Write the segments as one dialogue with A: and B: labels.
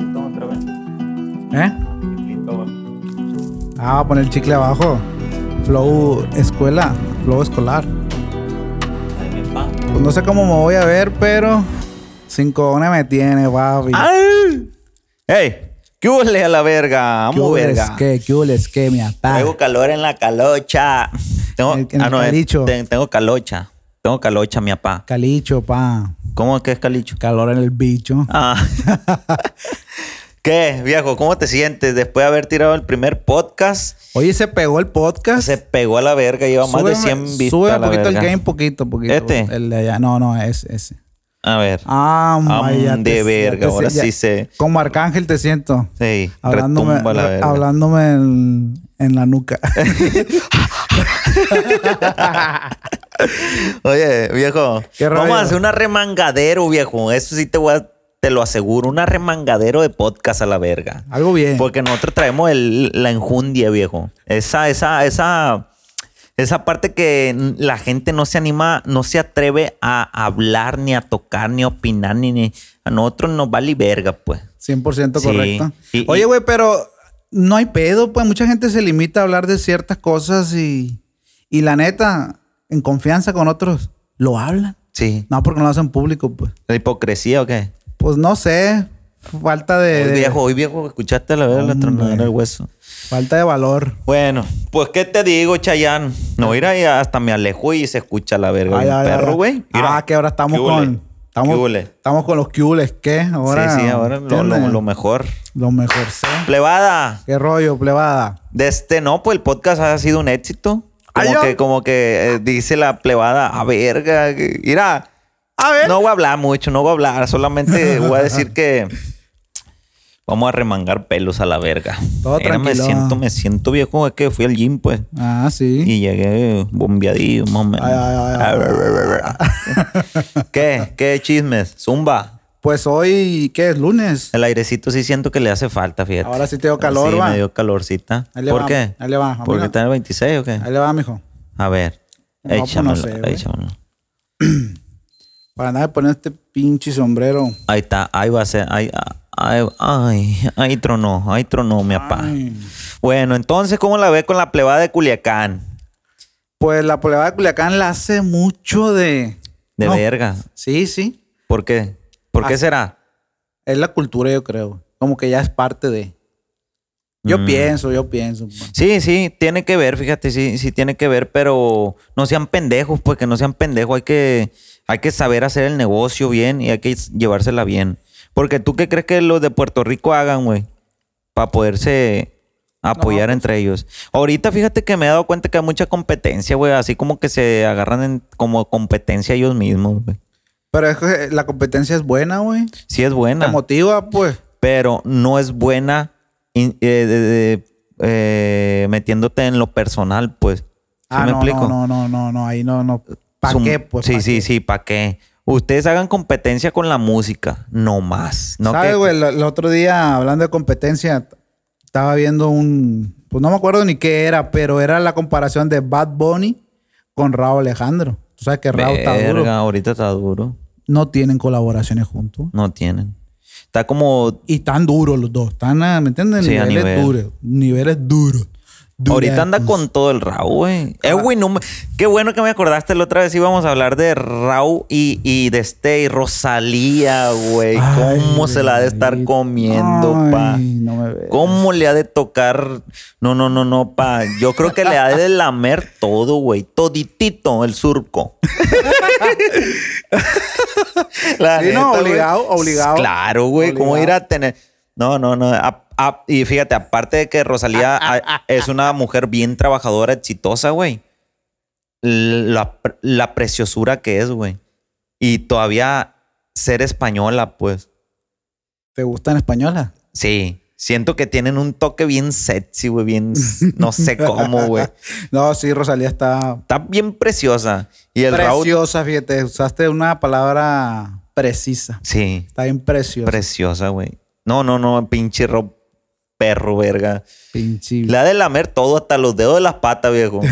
A: adentro, man.
B: ¿Eh?
A: Chiclito, man.
B: Ah, poner chicle abajo. Flow escuela, flow escolar.
A: Ay, mi pa.
B: Pues no sé cómo me voy a ver, pero. Cincona me tiene, papi.
C: Ah, ¡Ay! ¡Ey! ¡Qué hule a la verga!
B: ¿Qué
C: ¡Vamos,
B: hubo es
C: verga!
B: que, qué hubo es que, mi apá?
C: Tengo calor en la calocha. Tengo,
B: En el- en el
C: ah, no, es-
B: calicho.
C: ten- tengo calocha. Tengo calocha, mi papá.
B: Calicho, pa.
C: ¿Cómo es que es calicho?
B: Calor en el bicho.
C: Ah. ¿Qué, viejo? ¿Cómo te sientes después de haber tirado el primer podcast?
B: Oye, se pegó el podcast.
C: Se pegó a la verga, lleva más de 100 vistas.
B: Sube
C: a
B: un
C: la
B: poquito el
C: verga.
B: game, poquito, poquito.
C: ¿Este?
B: El de allá. No, no, es ese.
C: A ver.
B: Ah, my, ya
C: de
B: te- ya te-
C: verga, ahora
B: ya-
C: sí se-
B: Como arcángel te siento.
C: Sí,
B: Hablándome,
C: retumba la verga.
B: hablándome en, en la nuca.
C: Oye, viejo,
B: ¿Qué
C: vamos
B: rollo?
C: a hacer una remangadero, viejo. Eso sí te voy a- te lo aseguro, una remangadero de podcast a la verga.
B: Algo bien.
C: Porque nosotros traemos el- la enjundia, viejo. Esa, esa, esa, esa parte que la gente no se anima, no se atreve a hablar, ni a tocar, ni a opinar, ni, ni- a nosotros nos vale verga, pues.
B: 100%
C: Sí.
B: correcto.
C: Y- y-
B: Oye, güey, pero no hay pedo, pues mucha gente se limita a hablar de ciertas cosas y, y la neta, en confianza con otros, lo hablan.
C: Sí.
B: No, porque no lo hacen público, pues.
C: ¿La hipocresía o qué?
B: Pues no sé, falta de,
C: Hoy
B: de-
C: Pues, viejo, hoy viejo, escuchaste la verga la
B: Eh, Hombre.
C: tronadera del hueso.
B: falta de valor.
C: Bueno, pues qué te digo, Chayanne. No, mira, ya hasta me alejo y se escucha la verga.
B: Ah. Ay,
C: del
B: ay, ay,
C: perro,
B: ay.
C: güey. Mira.
B: Ah, que ahora estamos
C: ¿Qué hule?
B: con estamos,
C: ¿Qué hule?
B: estamos con los cules, ¿qué? Ahora,
C: sí, sí, ahora lo, lo-
B: ¿entiendes?
C: lo mejor.
B: Lo mejor sé.
C: Plebada,
B: ¿Qué rollo, plebada?
C: de este no, pues el podcast ha sido un éxito.
B: Ay,
C: Como
B: yo-
C: que, como que eh, dice la plebada, a verga. que- Mira,
B: A ver.
C: no voy a hablar mucho, no voy a hablar. Solamente voy a decir que vamos a remangar pelos a la verga.
B: Todo
C: Mira, me
B: tranquilo.
C: siento, me siento viejo, es que fui al gym, pues.
B: Ah, sí.
C: Y llegué bombeadillo, más o menos. Ah,
B: Ay, ay,
C: ¿Qué? ¿Qué chismes? Zumba.
B: Pues hoy, ¿qué es? ¿Lunes?
C: El airecito sí siento que le hace falta, fíjate.
B: Ahora sí te dio calor,
C: Eh, sí,
B: va.
C: me dio calorcita.
B: Ahí le
C: ¿Por
B: va,
C: qué?
B: ahí le va,
C: ¿Porque
B: mira.
C: está en el 26 o qué?
B: Ahí le va, mijo.
C: A ver.
B: No, pues,
C: échamelo,
B: no sé, güey.
C: échamelo.
B: Para nada de poner este pinche sombrero.
C: Ahí está, ahí va a ser. Ahí, ah, ahí, ay, ahí tronó, ahí tronó, mi papá.
B: Ay.
C: Bueno, entonces, ¿cómo la ves con la plebada de Culiacán?
B: Pues la plebada de Culiacán la hace mucho de.
C: De
B: No.
C: verga.
B: Sí, sí.
C: ¿Por qué? ¿Por qué
B: Ah.
C: será?
B: Es la cultura, yo creo. Como que ya es parte de. Yo
C: Mm.
B: pienso, yo pienso. pues. pa.
C: Sí, sí, tiene que ver, fíjate, sí, sí tiene que ver, pero no sean pendejos, pues que no sean pendejos, hay que, hay que saber hacer el negocio bien y hay que llevársela bien. Porque tú qué crees que los de Puerto Rico hagan, güey, para poderse apoyar
B: pues.
C: entre ellos. Ahorita fíjate que me he dado cuenta que hay mucha competencia, güey, así como que se agarran en- como competencia ellos mismos, güey.
B: Pero es que la competencia es buena, güey.
C: Sí es
B: Te
C: buena,
B: motiva, pues.
C: pero no es buena in- eh, de- de- eh, metiéndote en lo personal, pues. ¿Sí
B: Ah,
C: me
B: no,
C: explico?
B: no, no, no, no, no. Ahí no, no. ¿Para
C: Sum-
B: qué, pues?
C: Sí,
B: pa'
C: sí,
B: qué?
C: sí, ¿para qué? Ustedes hagan competencia con la música, no más. No
B: ¿Sabes,
C: que-
B: güey? El, el otro día, hablando de competencia, estaba viendo un. Pues no me acuerdo ni qué era, pero era la comparación de Bad Bunny con Raúl Alejandro. Tú sabes que Raúl está
C: Verga,
B: duro.
C: ahorita está duro.
B: No tienen colaboraciones juntos.
C: No tienen. Está como.
B: Y están duros los dos. Están, ah, ¿me entiendes?
C: Sí, a
B: niveles
C: nivel.
B: duros. Niveles duros.
C: ahorita anda
B: Duretos.
C: con todo el Raúl, güey.
B: Ah.
C: Eh, güey, no me- Qué bueno que me acordaste la otra vez. Íbamos a hablar de Raúl y, y de este y Rosalía, güey.
B: Ay,
C: ¿Cómo se la ha de estar
B: David.
C: comiendo, pa?
B: Ay, no me ve.
C: ¿Cómo le ha de tocar? No, no, no, no, pa. Yo creo que le ha de lamer todo, güey. Toditito el surco. La
B: Sí, no,
C: güey.
B: obligado, obligado.
C: Claro, güey. ¿Cómo
B: Obligado.
C: ir a tener? No, no, no. A- a- y fíjate, aparte de que Rosalía a- es una mujer bien trabajadora, exitosa, güey. La, pre- la preciosura que es, güey. Y todavía ser española, pues.
B: ¿Te gustan españolas?
C: Sí. Siento que tienen un toque bien sexy, güey. Bien. No sé cómo, güey.
B: No, sí, Rosalía está
C: Está bien preciosa. Y el Raúl.
B: preciosa, fíjate. Usaste una palabra precisa.
C: Sí.
B: Está bien preciosa.
C: Preciosa, güey. No, no, no. Pinche Raúl. Perro, verga.
B: Pinche.
C: Le ha de lamer todo, hasta los dedos de las patas, viejo.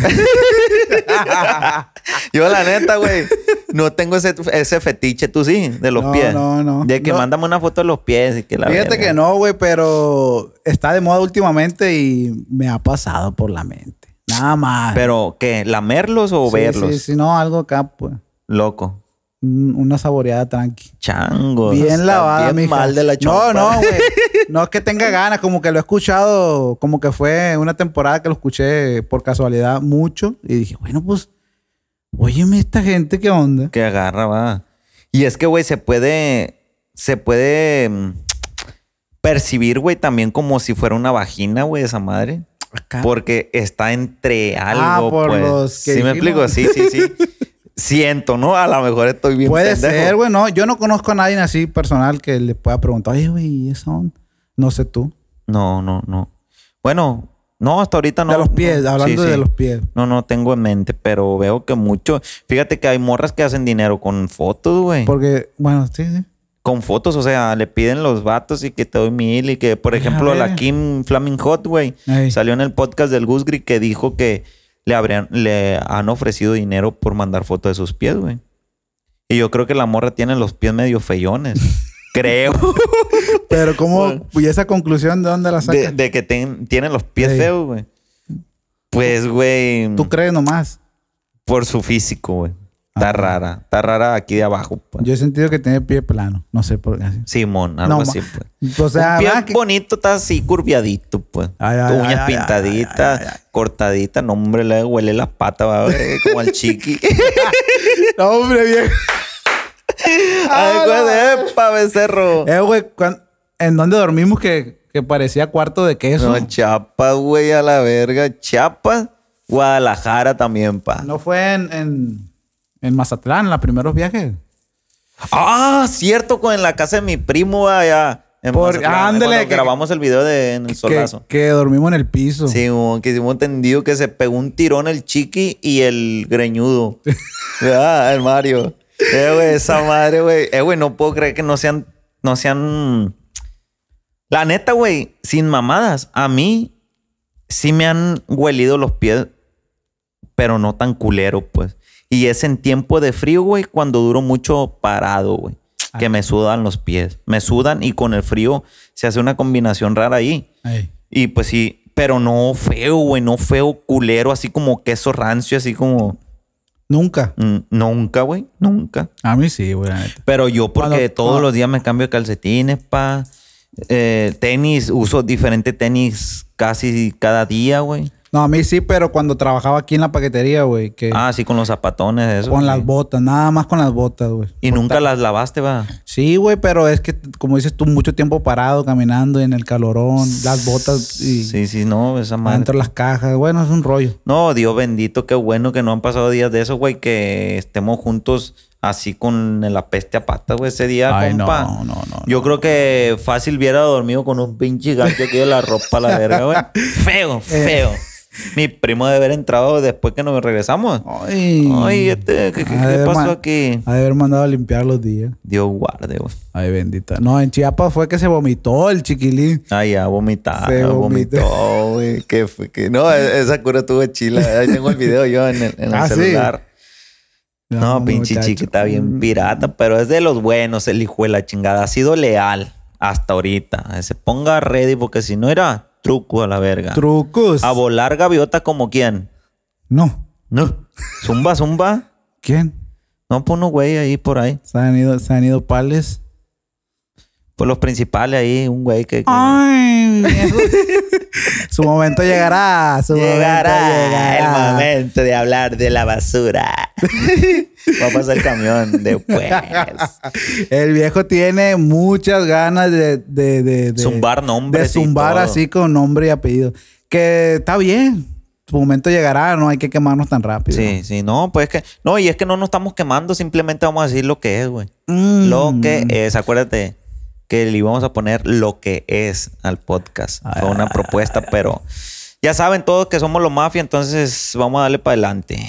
C: Yo, la neta, güey, no tengo ese, ese fetiche, tú sí, de los
B: No,
C: pies.
B: no, no.
C: De que
B: No.
C: mándame una foto de los pies y que la
B: Fíjate
C: verga.
B: que no, güey, pero está de moda últimamente y me ha pasado por la mente. Nada más.
C: Pero, ¿qué? ¿Lamerlos o
B: Sí,
C: verlos?
B: Sí, sí, no, algo acá, pues.
C: Loco.
B: Un- Una saboreada tranqui.
C: Changos.
B: Bien
C: Estás
B: lavada,
C: bien
B: mija.
C: mal de la
B: No,
C: chompa.
B: no, güey. No es que tenga ganas, como que lo he escuchado, como que fue una temporada que lo escuché por casualidad mucho y dije, bueno, pues, óyeme esta gente, ¿qué onda?
C: Que agarra, va. Y es que, güey, se puede. Se puede. mm, Percibir, güey, también como si fuera una vagina, güey, esa madre.
B: Acá.
C: Porque está entre algo,
B: Ah. por
C: pues.
B: los que
C: ¿Sí me explico?
B: dijimos.
C: Sí, sí, sí. Siento, ¿no? A lo mejor estoy bien
B: Puede
C: pendejo.
B: ser, güey, no. Yo no conozco a nadie así personal que le pueda preguntar, oye, güey, ¿y esa onda? No sé tú.
C: No, no, no. Bueno, no, hasta ahorita no.
B: de los pies,
C: no.
B: hablando
C: Sí,
B: de
C: sí.
B: los pies.
C: No, no tengo en mente, pero veo que mucho. Fíjate que hay morras que hacen dinero con fotos, güey.
B: Porque, bueno, sí, sí.
C: Con fotos, o sea, le piden los vatos y que te doy mil y que, por
B: Ay, a
C: ejemplo, la
B: ver.
C: Kim Flaming Hot, güey,
B: Ey.
C: salió en el podcast del Gusgri que dijo que le, habrían, le han ofrecido dinero por mandar fotos de sus pies, güey. Y yo creo que la morra tiene los pies medio feyones. creo.
B: Pero, ¿cómo? ¿Y esa conclusión de dónde la
C: De,
B: sacas?
C: de que ten- tienen los pies
B: Ey.
C: feos, güey. Pues, güey.
B: Tú crees nomás.
C: Por su físico, güey. Está
B: Ah.
C: rara. Está rara aquí de abajo, pues.
B: Yo he sentido que tiene pie plano. No sé por qué. así.
C: Simón, algo
B: No,
C: así,
B: ma-
C: pues.
B: O sea,
C: Un pie
B: ¿verdad que-
C: bonito está así curviadito, pues.
B: Ay, ay, ay,
C: Uñas
B: ay,
C: pintaditas,
B: ay, ay, ay.
C: cortaditas. No, hombre, le huele las patas, va, güey, como al chiqui.
B: No, hombre, bien. Ah,
C: Ay, güey, epa, becerro.
B: Eh, güey, cuan- ¿en dónde dormimos que, que parecía cuarto de queso?
C: No,
B: No,
C: Chiapas, güey, a la verga. Chiapas, Guadalajara también, pa.
B: fue en, en, en Mazatlán, los primeros viajes.
C: Ah, cierto, con en la casa de mi primo allá. En
B: Por-
C: Mazatlán,
B: ándale,
C: cuando
B: que-
C: grabamos el video de en el
B: Que,
C: solazo.
B: que dormimos en el piso.
C: Sí, mon, que hicimos entendido que se pegó un tirón el chiqui y el greñudo. ¿Verdad? El Mario. Eh, güey, esa madre, güey. Eh, güey, no puedo creer que no sean. No sean. La neta, güey, sin mamadas. A mí sí me han huelido los pies, pero no tan culero, pues. Y es en tiempo de frío, güey, cuando duro mucho parado, güey. Que me sudan los pies. Me sudan y con el frío se hace una combinación rara ahí.
B: Ey.
C: Y pues sí, pero no feo, güey, no feo, culero, así como queso rancio, así como
B: Nunca.
C: mm, nunca, güey, nunca.
B: A mí sí, güey, la neta.
C: Pero yo porque
B: Cuando-
C: todos
B: ah.
C: los días me cambio de calcetines, pa, eh, tenis, uso diferente tenis casi cada día, güey.
B: No, a mí sí, pero cuando trabajaba aquí en la paquetería, güey, que
C: Ah, sí, con los zapatones, eso.
B: con
C: sí.
B: las botas, nada más con las botas, güey.
C: Y nunca las lavaste, va.
B: Sí, güey, pero es que, como dices tú, mucho tiempo parado, caminando en el calorón, las botas y
C: Sí, sí, no, esa madre.
B: adentro de las cajas. Bueno, es un rollo.
C: No, Dios bendito, qué bueno que no han pasado días de eso, güey, que estemos juntos así con la peste a pata, güey, ese día,
B: Ay, no,
C: compa.
B: no, no,
C: Yo creo que fácil hubiera dormido con un pinche gancho aquí de la ropa a la verga, güey. Eh. Feo, feo. Mi primo debe haber entrado después que nos regresamos.
B: Ay,
C: Ay, este, ¿qué- qué-
B: Ha de
C: qué
B: haber
C: pasó
B: ma-
C: aquí?
B: Ha de haber mandado a limpiar los días.
C: Dios guarde, güey.
B: Ay, bendita. No, en Chiapas fue que se vomitó el chiquilín.
C: Ay, ya vomitar,
B: Se vomitó.
C: vomitó, güey. ¿Qué fue? ¿Qué? No, e- esa cura tuvo chila. Ahí tengo el video yo en el, en el
B: Ah, sí.
C: celular. No, pinche
B: muchacho.
C: chiquita bien pirata, pero es de los buenos, el hijo de la chingada. Ha sido leal hasta ahorita. Se ponga ready porque si no era truco a la verga.
B: Trucos.
C: A volar gaviota como quién.
B: no.
C: No. Zumba, zumba.
B: ¿Quién?
C: No, pon un güey ahí por ahí.
B: Se han ido, se han ido pales.
C: Por los principales ahí, un güey que. que-
B: Ah. Ay, viejo. Su momento llegará. Su momento
C: Llegará el
B: llegará.
C: momento de hablar de la basura. Va a pasar el camión después.
B: El viejo tiene muchas ganas de, de, de, de-
C: Zumbar nombres
B: De
C: y
B: zumbar
C: todo.
B: así con nombre y apellido. Que está bien. Su momento llegará, no hay que quemarnos tan rápido.
C: Sí, sí, no, pues es que. No, y es que no nos estamos quemando, simplemente vamos a decir lo que es, güey.
B: Mm.
C: Lo que es, acuérdate que le íbamos a poner lo que es al podcast.
B: Ah,
C: Fue una propuesta, pero ya saben todos que somos los mafia, entonces vamos a darle para adelante.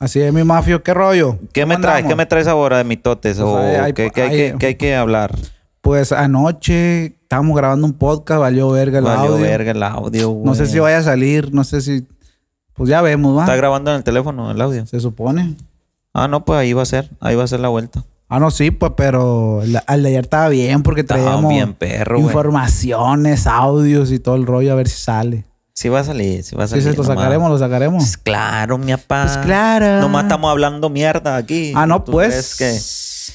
B: Así es, mi mafio, ¿qué rollo?
C: ¿Qué me
B: ¿Cómo
C: traes? ¿Qué
B: andamos?
C: me traes ahora de mitotes?
B: Pues
C: ¿O
B: ahí- ahí-
C: qué, qué hay
B: ahí-
C: que, qué hay que hablar?
B: Pues anoche estábamos grabando un podcast, valió verga el
C: Valió
B: audio.
C: verga el audio,
B: No sé
C: güey.
B: si vaya a salir, no sé si Pues ya vemos,
C: Está
B: ¿va?
C: grabando en el teléfono el audio.
B: Se supone.
C: Ah, no, pues ahí va a ser. Ahí va a ser la vuelta.
B: Ah, no, sí, pues, pero la- al de ayer estaba bien porque
C: Estaba
B: traíamos
C: bien perro, güey.
B: informaciones, audios y todo el rollo, a ver si sale.
C: Sí va a salir, sí va a
B: Sí,
C: salir.
B: sí, lo
C: nomás.
B: sacaremos, lo
C: Pues
B: sacaremos.
C: claro, mi papá.
B: Pues claro.
C: Nomás estamos hablando mierda aquí.
B: Ah, no,
C: ¿Tú
B: pues.
C: crees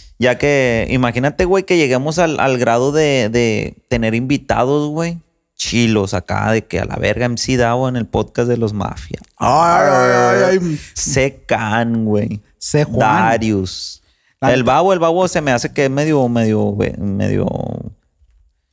C: que- ya que, imagínate, güey, que lleguemos al, al grado de, de tener invitados, güey. Chilos acá, de que a la verga MC Davo en el podcast de los mafias.
B: Ay, ay, ay, ay.
C: Secan, güey.
B: Se Juan.
C: Darius.
B: La-
C: El babo, el babo se me hace que es medio, medio, ve- medio.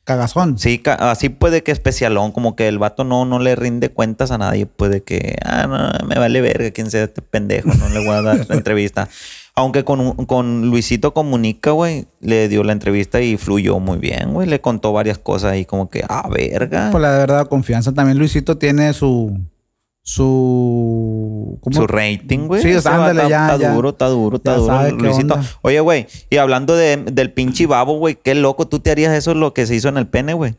B: Cagazón.
C: Sí, ca- así puede que especialón, como que el vato no, no le rinde cuentas a nadie. Puede que, ah, no, me vale verga quién sea este pendejo, no le voy a dar la entrevista. Aunque con, un- con Luisito Comunica, güey, le dio la entrevista y fluyó muy bien, güey. Le contó varias cosas ahí, como que, ah, verga.
B: Pues la de verdad, confianza. También Luisito tiene su. Su. ¿cómo?
C: Su rating, güey.
B: Sí, o sea,
C: Ese vato
B: ándale, ya,
C: Está
B: ya.
C: duro, está duro, está
B: Ya
C: duro.
B: sabe qué
C: Luisito.
B: onda.
C: Oye, güey, y hablando de- del pinche babo, güey, qué loco, tú te harías eso lo que se hizo en el pene, güey.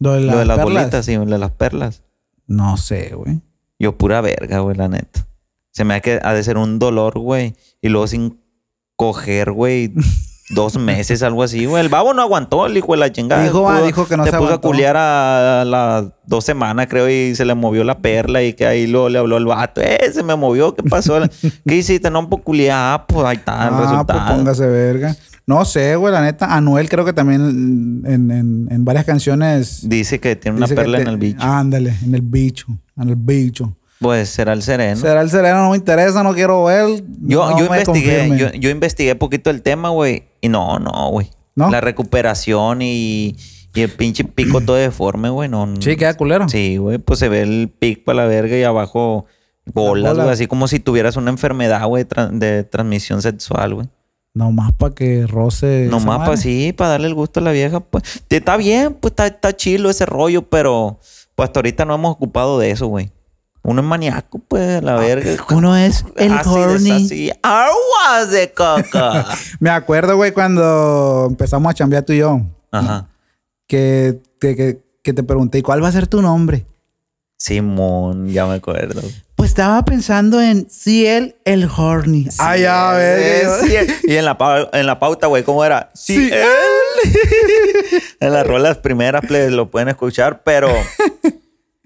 B: Lo de las,
C: Lo de las
B: perlas.
C: bolitas, sí, lo de las perlas.
B: No sé, güey.
C: Yo pura verga, güey, la neta. Se me ha, que, ha de ser un dolor, güey. Y luego sin coger, güey, dos meses, algo así, güey. El babo no aguantó, el hijo de la chingada.
B: Dijo, ah,
C: Pudo-
B: dijo que no
C: se
B: se
C: puso a
B: aguantó.
C: culiar a las dos semanas, creo, y se le movió la perla y que ahí luego le habló al vato. Eh, se me movió, ¿qué pasó? ¿Qué hiciste? No, pues culiar. Ah, pues ahí está el
B: Ah, pues
C: resultado.
B: póngase verga. No sé, güey, la neta. Anuel creo que también en, en- en varias canciones.
C: Dice que tiene una
B: dice que
C: perla
B: te- ah.
C: en el bicho.
B: Ándale, en el bicho. En el bicho.
C: Pues será el sereno.
B: Será el sereno, no me interesa, no quiero ver.
C: Yo,
B: no
C: yo
B: me
C: investigué,
B: confirmen.
C: yo, yo investigué poquito el tema, güey. Y no, no, güey.
B: ¿No?
C: La recuperación y, y el pinche pico todo deforme, güey. No,
B: Sí, queda culero.
C: Sí, güey. Pues se ve el pico a la verga y abajo bolas,
B: bola.
C: güey. Así como si tuvieras una enfermedad, güey, tra- de transmisión sexual, güey.
B: Nomás para que roce. esa
C: Nomás
B: madre.
C: para sí, para darle el gusto a la vieja. Pues Te- está bien, pues está, está chilo ese rollo, pero pues hasta ahorita no hemos ocupado de eso, güey. Uno es maníaco, pues, a la verga.
B: Ah, Uno es el
C: Así
B: horny.
C: desasí. Aguas de coca.
B: Me acuerdo, güey, cuando empezamos a chambear tú y yo,
C: Ajá.
B: que, que, que- que te pregunté, ¿y cuál va a ser tu nombre?
C: Simón, ya me acuerdo.
B: Pues estaba pensando en Ciel el Horny. ah, ya, ves.
C: Sí, sí. Y en la, pau- en la pauta, güey, ¿cómo era?
B: Sí,
C: Sí, él. en las rolas primeras, play, lo pueden escuchar, pero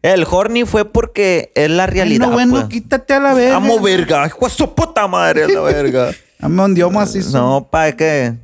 C: el horny fue porque es la realidad.
B: no, bueno,
C: pues.
B: quítate a la verga.
C: Amo verga. Hijo de su puta madre, la verga.
B: Dame un idioma así.
C: no, pa, es que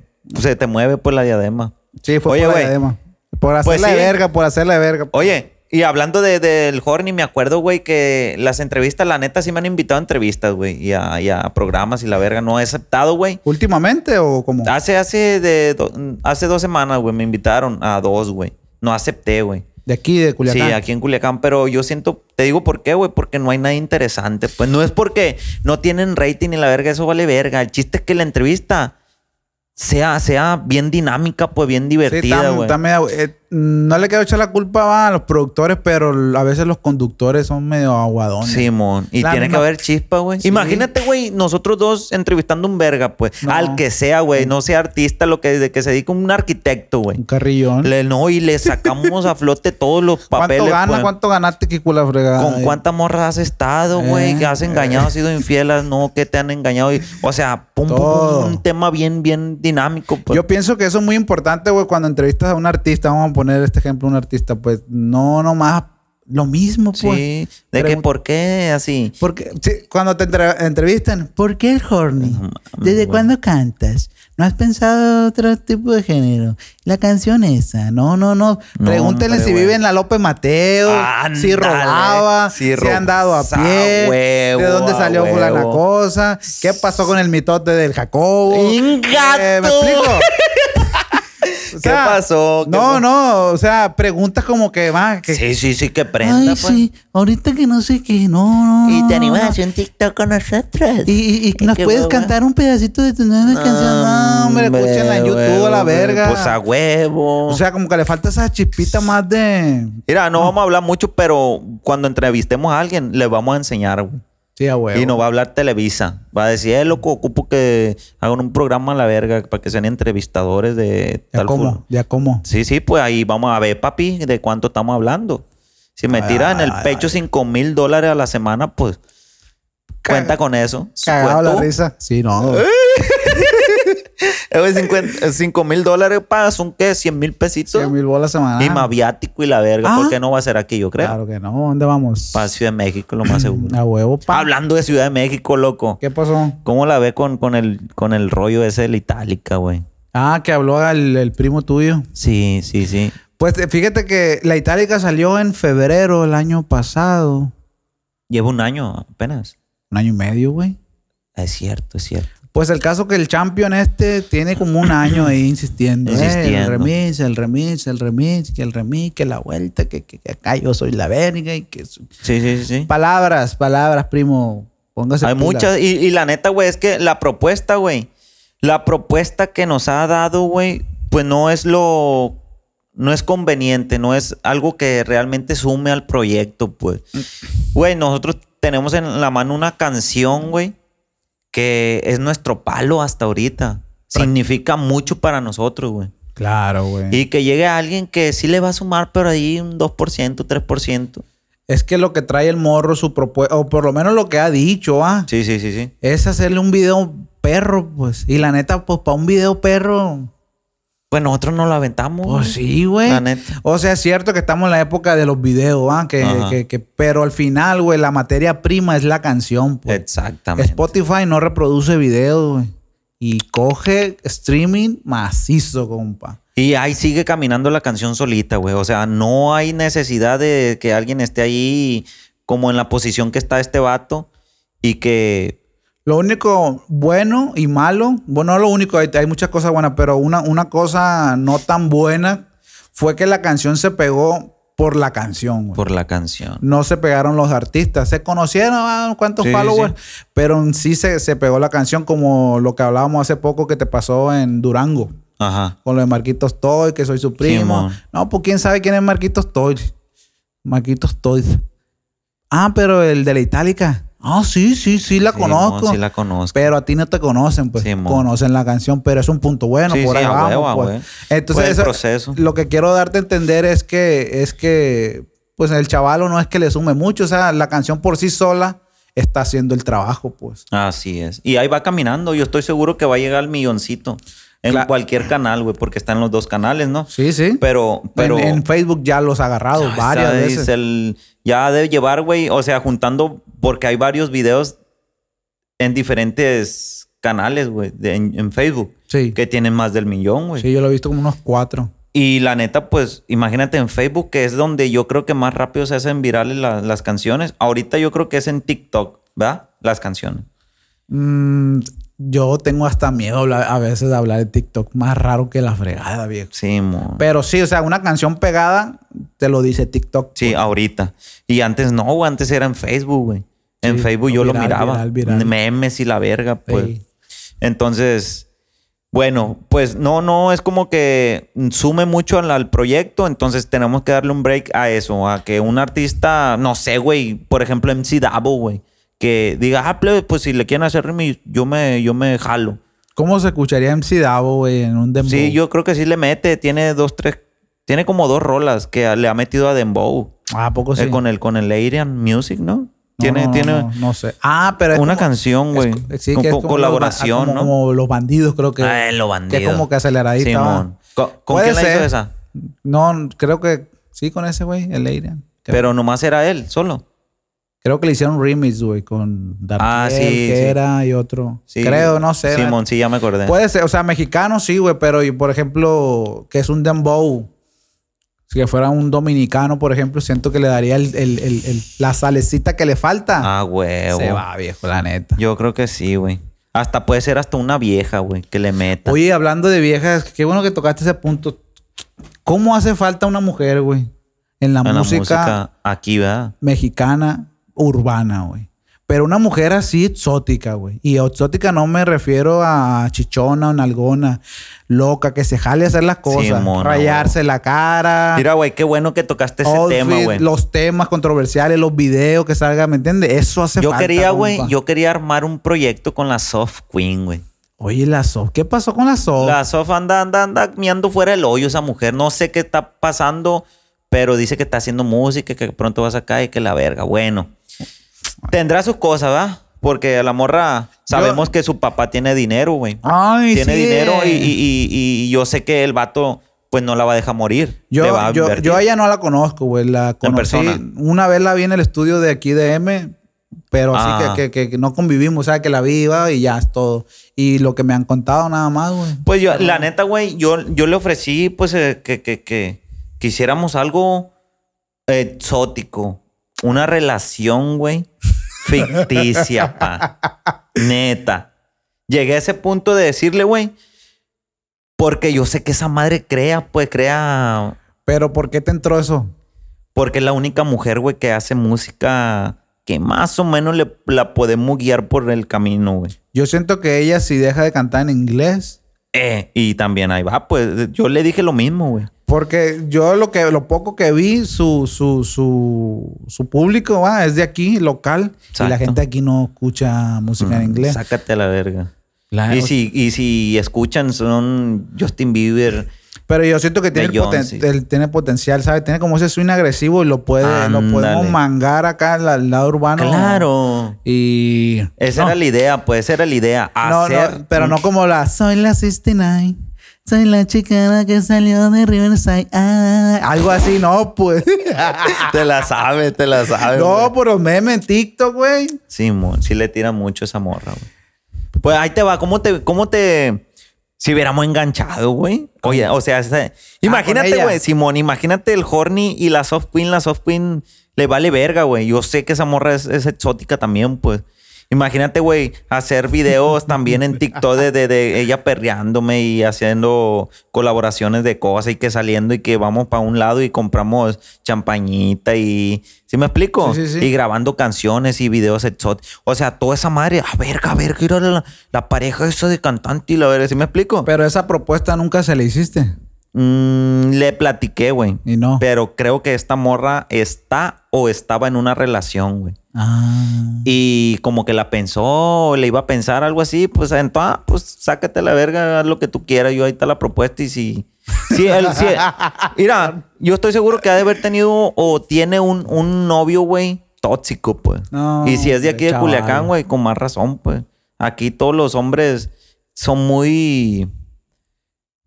C: se te mueve por la diadema.
B: Sí, fue
C: Oye,
B: por
C: güey.
B: la diadema. Por hacerla
C: Pues
B: de
C: sí.
B: verga, por hacerla de verga.
C: Oye, y hablando de- del horny, me acuerdo, güey, que las entrevistas, la neta, sí me han invitado a entrevistas, güey, y a, y a programas y la verga. No he aceptado, güey.
B: ¿Últimamente o cómo?
C: Hace, hace, de, do- hace dos semanas, güey, me invitaron a dos, güey. No acepté, güey.
B: De aquí, de
C: Sí,
B: Culiacán.
C: aquí en Culiacán, pero yo siento, te digo por qué, güey, porque no hay nada interesante. Pues no es porque no tienen rating ni la verga, eso vale verga. El chiste es que la entrevista sea, sea bien dinámica, pues bien
B: Sí,
C: divertida,
B: tam-
C: güey.
B: tam- eh, no le quiero echar la culpa va, a los productores, pero a veces los conductores son medio aguadones.
C: Simón, y
B: La
C: tiene
B: misma-
C: que haber chispa, güey.
B: Sí.
C: Imagínate, güey, nosotros dos entrevistando un verga, pues,
B: No.
C: al que sea, güey, no sea artista, lo que de que se dedique un arquitecto, güey.
B: Un carrillón.
C: Le, no, y le sacamos a flote todos los papeles.
B: ¿Cuánto gana?
C: pues.
B: ¿Cuánto ganaste, Kiko la fregada?
C: ¿Con cuántas morras has estado, güey?
B: Eh,
C: que has engañado, has sido infielas, no, que te han engañado. Y, o sea, pum, pum, pum,
B: Todo.
C: un tema bien, bien dinámico. Pues.
B: Yo pienso que eso es muy importante, güey, cuando entrevistas a un artista, vamos a poner este ejemplo, un artista, pues no nomás lo mismo, pues.
C: sí, de que
B: pregun-
C: por qué así.
B: Porque sí, cuando te entre- entrevistan, ¿por qué el horny?
C: No mames,
D: ¿Desde
C: güey.
D: cuándo cantas? ¿No has pensado otro tipo de género? La canción esa. No, no, no.
C: No,
B: Pregúntenle
C: hombre,
B: si
C: güey.
B: vive en la López Mateo, si
C: Ándale,
B: robaba,
C: si
B: si, ha andado a
C: robaba,
B: pie,
C: huevo,
B: de dónde
C: a
B: salió
C: huevo.
B: fulana cosa, qué pasó con el mitote del Jacobo.
C: ¡Ingato!
B: Eh, ¿Me explico? O
C: ¿Qué pasó? ¿Qué
B: no,
C: pa-
B: no, o sea, preguntas como que va, que
C: Sí, sí, sí, que
D: Ay,
C: prenda, pues.
D: sí. Ahorita que no sé qué. No, no.
E: Y
D: no,
B: Mm.
E: te animas
D: no.
E: a hacer un TikTok con nosotros.
D: Y, y- y
E: Eh,
D: nos
E: qué
D: puedes
E: hueva.
D: cantar un pedacito de tu nueva canción.
B: no, hombre, escúchenla en YouTube, a la
C: güey,
B: verga.
C: Ah, Pues a huevo.
B: o sea, como que le falta esa chispita más de
C: Mira, no vamos a hablar mucho, pero cuando entrevistemos a alguien, le vamos a enseñar, güey.
B: Sí, a huevo.
C: Y nos va a hablar Televisa. Va a decir, eh, loco, ocupo que hagan un programa a la verga para que sean entrevistadores de
B: Ya
C: tal
B: como,
C: ful-
B: ya como.
C: Sí, sí, pues ahí vamos a ver, papi, de cuánto estamos hablando. Si me tiran el pecho cinco mil dólares a la semana, pues cuenta con eso.
B: Cagado la
C: Cincuenta-
B: risa. Sí, no.
C: Eh, güey, cincuenta- eh, cinco mil dólares pagas, son qué, cien mil pesitos.
B: 100 mil bolas semanales.
C: Y más ¿eh? viático y la verga.
B: Ah.
C: ¿Por qué no va a ser aquí, yo creo?
B: Claro que no. ¿Dónde vamos?
C: Para Ciudad de México, lo más seguro.
B: A huevo, pa.
C: Hablando de Ciudad de México, loco.
B: ¿Qué pasó?
C: ¿Cómo la ve con, con, el, con el rollo ese de la itálica, güey?
B: Ah, que habló el, el primo tuyo.
C: Sí, sí, sí.
B: Pues eh, fíjate que la Itálica salió en febrero del año pasado.
C: Lleva un año apenas.
B: Un año y medio, güey.
C: Es cierto, es cierto.
B: Pues el caso que el champion este tiene como un año ahí insistiendo. eh,
C: Insistiendo.
B: el remix, el remix, el remix, que el remix, que la vuelta, que, que- que acá yo soy la verga y que... su-
C: Sí, sí, sí. sí.
B: Palabras, palabras, primo. Póngase
C: Hay
B: pilas.
C: muchas. Y, y la neta, güey, es que la propuesta, güey. La propuesta que nos ha dado, güey, pues no es lo. No es conveniente, no es algo que realmente sume al proyecto, pues. Güey, nosotros tenemos en la mano una canción, güey, que es nuestro palo hasta ahorita. Significa mucho para nosotros, güey.
B: Claro, güey.
C: Y que llegue alguien que sí le va a sumar, pero ahí un 2%, 3%.
B: Es que lo que trae el morro, su propuesta, o por lo menos lo que ha dicho, ah,
C: Sí, sí, sí, sí.
B: es hacerle un video perro, pues. Y la neta, pues para un video perro,
C: Pues nosotros nos lo aventamos.
B: pues
C: güey.
B: sí, güey.
C: La neta.
B: O sea, es cierto que estamos en la época de los videos, ah, que,
C: Ajá.
B: que- que- pero al final, güey, la materia prima es la canción, pues.
C: Exactamente.
B: Spotify no reproduce videos, güey. Y coge streaming macizo, compa.
C: Y ahí sigue caminando la canción solita, güey. O sea, no hay necesidad de que alguien esté ahí como en la posición que está este vato y que...
B: Lo único bueno y malo, bueno, no lo único, hay, hay muchas cosas buenas, pero una, una cosa no tan buena fue que la canción se pegó por la canción, güey.
C: Por la canción.
B: No se pegaron los artistas, se conocieron, ah, cuántos
C: Sí, sí,
B: followers, pero en sí se, se pegó la canción como lo que hablábamos hace poco que te pasó en Durango,
C: Ajá.
B: con lo de Marquitos Toy, que soy su primo.
C: Simón.
B: no, pues quién sabe quién es Marquitos Toy. Marquitos Toy. Ah, pero el de la Itálica. Ah, sí, sí, sí, la
C: Sí,
B: conozco.
C: no, sí la conozco.
B: Pero a ti no te conocen, pues.
C: Sí, mo.
B: conocen la canción, pero es un punto bueno.
C: Sí,
B: por
C: sí,
B: ahí
C: a
B: vamos,
C: huevo, a
B: pues.
C: huevo.
B: Entonces,
C: Fue el
B: eso-
C: proceso.
B: lo que quiero darte a entender es que, es que, pues el chavalo no es que le sume mucho. O sea, la canción por sí sola está haciendo el trabajo, pues.
C: Así es. Y ahí va caminando. Yo estoy seguro que va a llegar al milloncito. En
B: Cla-
C: cualquier canal, güey, porque están los dos canales, ¿no?
B: Sí, sí.
C: Pero, pero...
B: en, en Facebook ya los ha agarrado
C: Ah,
B: varias
C: esa es
B: veces.
C: el- ya debe llevar, güey. O sea, juntando, porque hay varios videos en diferentes canales, güey, de- en, en Facebook,
B: Sí.
C: que tienen más del millón, güey.
B: Sí, yo lo he visto como unos cuatro.
C: Y la neta, pues, imagínate en Facebook, que es donde yo creo que más rápido se hacen virales la- las canciones. Ahorita yo creo que es en TikTok, ¿verdad? Las canciones.
B: Mm, yo tengo hasta miedo hablar- a veces de hablar de TikTok. Más raro que la fregada, viejo.
C: Sí, mo.
B: Pero sí, o sea, una canción pegada te lo dice TikTok.
C: Sí, ahorita. Y antes no, güey. Antes era en Facebook, güey. En
B: Sí,
C: Facebook yo lo
B: viral,
C: miraba.
B: viral, viral.
C: Memes y la verga, pues.
B: Sí.
C: Entonces, bueno, pues no, no, es como que sume mucho al, al proyecto. Entonces tenemos que darle un break a eso. A que un artista, no sé, güey, por ejemplo, MC Davo, güey. Que diga, ah, plebe, pues si le quieren hacer remix, yo me, yo me jalo.
B: ¿Cómo se escucharía MC Davo, güey, en un dembow?
C: Sí, yo creo que sí le mete. Tiene dos, tres... Tiene como dos rolas que le ha metido a Dembow.
B: Ah, ¿A poco
C: Eh,
B: sí?
C: con el con el Adrian Music, ¿no?
B: No,
C: tiene
B: no,
C: tiene
B: No, no sé. Ah, pero es
C: una
B: como-
C: canción, güey.
B: es- sí,
C: con
B: que es
C: co-
B: como los,
C: colaboración,
B: ba- ah, como,
C: ¿no?
B: como Los Bandidos, creo que.
C: Ah, lo
B: Que
C: bandido.
B: como que aceleradita.
C: Simón.
B: va.
C: Co- ¿Con
B: Puede
C: quién la hizo
B: ser.
C: esa?
B: No, creo que sí con ese, güey, el Adrian. Creo,
C: Pero nomás era él, solo.
B: creo que le hicieron remix, güey, con Dark
C: Ah, sí,
B: que
C: sí.
B: era y otro.
C: Sí.
B: Creo, no sé.
C: Simón, sí, ya me acordé.
B: Puede ser, o sea, mexicano sí, güey, pero y, por ejemplo, que es un dembow. Si que fuera un dominicano, por ejemplo, siento que le daría el- el- el- el- la salecita que le falta.
C: Ah,
B: Se
C: huevo.
B: va, viejo, la neta.
C: Yo creo que sí, güey. Hasta puede ser hasta una vieja, güey, que le meta.
B: Oye, hablando de viejas, qué bueno que tocaste ese punto. ¿Cómo hace falta una mujer, güey? En la,
C: En la
B: música,
C: música aquí, ¿verdad?
B: mexicana urbana, güey. Pero una mujer así exótica, güey. Y exótica no me refiero a chichona o nalgona, loca, que se jale a hacer las cosas.
C: mona,
B: rayarse la cara.
C: Mira, güey, qué bueno que tocaste ese
B: Ah. outfit,
C: tema, güey.
B: los temas controversiales, los videos que salgan, ¿me entiendes? Eso hace
C: Yo
B: falta.
C: quería, güey,
B: compa.
C: yo quería armar un proyecto con la Soft Queen, güey.
B: Oye, la Sof, ¿qué pasó con la Sof?
C: La Sof anda, anda, anda miando fuera del hoyo esa mujer. No sé qué está pasando, pero dice que está haciendo música, que pronto va a sacar y que la verga. Bueno, tendrá sus cosas, ¿verdad? Porque a la morra sabemos que su papá tiene dinero, güey.
D: Ay,
C: tiene
D: sí.
C: dinero y, y- y- y yo sé que el vato pues no la va a dejar morir. Le va
B: Yo,
C: a
B: yo,
C: invertir.
B: yo a ella no la conozco, güey. La conocí.
C: persona.
B: Una vez la vi en el estudio de aquí de M, pero
C: Ah.
B: así que, que- que no convivimos. O sea, que la viva y ya es todo. Y lo que me han contado nada más, güey.
C: Pues yo, la neta, güey, yo, yo le ofrecí pues eh, que, que, que, que hiciéramos algo exótico. Una relación, güey, ficticia, pa. Neta. Llegué a ese punto de decirle, güey, porque yo sé que esa madre crea, pues crea
B: Pero ¿por qué te entró eso?
C: Porque es la única mujer, güey, que hace música que más o menos le, la podemos guiar por el camino, güey.
B: Yo siento que ella si deja de cantar en inglés.
C: Eh, y también ahí va, pues yo le dije lo mismo, güey.
B: Porque yo lo que lo poco que vi, su, su, su, su público va, es de aquí, local. Y
C: Exacto.
B: la gente aquí no escucha música en inglés. Ah,
C: Sácate a la verga.
B: La-
C: y, si, y si escuchan son Justin Bieber.
B: Pero yo siento que tiene, el
C: Beyoncé.
B: poten- el- tiene potencial, ¿sabes? Tiene como ese swing agresivo y lo puede,
C: Ándale.
B: lo podemos mangar acá al, al lado urbano.
C: Claro.
B: Y.
C: Esa
B: Ah, no,
C: era la idea, pues esa era la idea.
B: no,
C: Hacer.
B: no, pero no como las.
D: Soy la 69. Soy la chicana que salió de Riverside. Ah,
B: Algo así, no, pues.
C: te la sabes, te la sabes. güey.
B: no, por los memes en TikTok, güey.
C: Sí, mon, sí le tira mucho esa morra, güey. Pues ahí te va, ¿cómo te, cómo te si hubiéramos enganchado, güey? Oye, o sea, esa- imagínate,
B: Ah, ella.
C: güey, Simón, imagínate el horny y la soft pin, la soft pin le vale verga, güey. Yo sé que esa morra es, es exótica también, pues. Imagínate, güey, hacer videos también en TikTok de, de- de ella perreándome y haciendo colaboraciones de cosas y que saliendo y que vamos para un lado y compramos champañita y... ¿Sí me explico?
B: Sí, sí, sí.
C: Y grabando canciones y videos exóticos. O sea, toda esa madre, a verga, a verga, era la, la pareja eso de cantante y la verga, ¿sí me explico?
B: Pero esa propuesta nunca se le hiciste.
C: Mm, le platiqué, güey.
B: Y no.
C: Pero creo que esta morra está o estaba en una relación, güey.
B: Ah.
C: Y como que la pensó, o le iba a pensar algo así, pues entonces, ah, pues sácate la verga, haz lo que tú quieras, yo ahí está la propuesta y si... si él- si- mira, yo estoy seguro que ha de haber tenido o tiene un, un novio, güey, tóxico, pues.
B: No,
C: y si es de aquí de
B: chaval.
C: Culiacán, güey, con más razón, pues. Aquí todos los hombres son muy...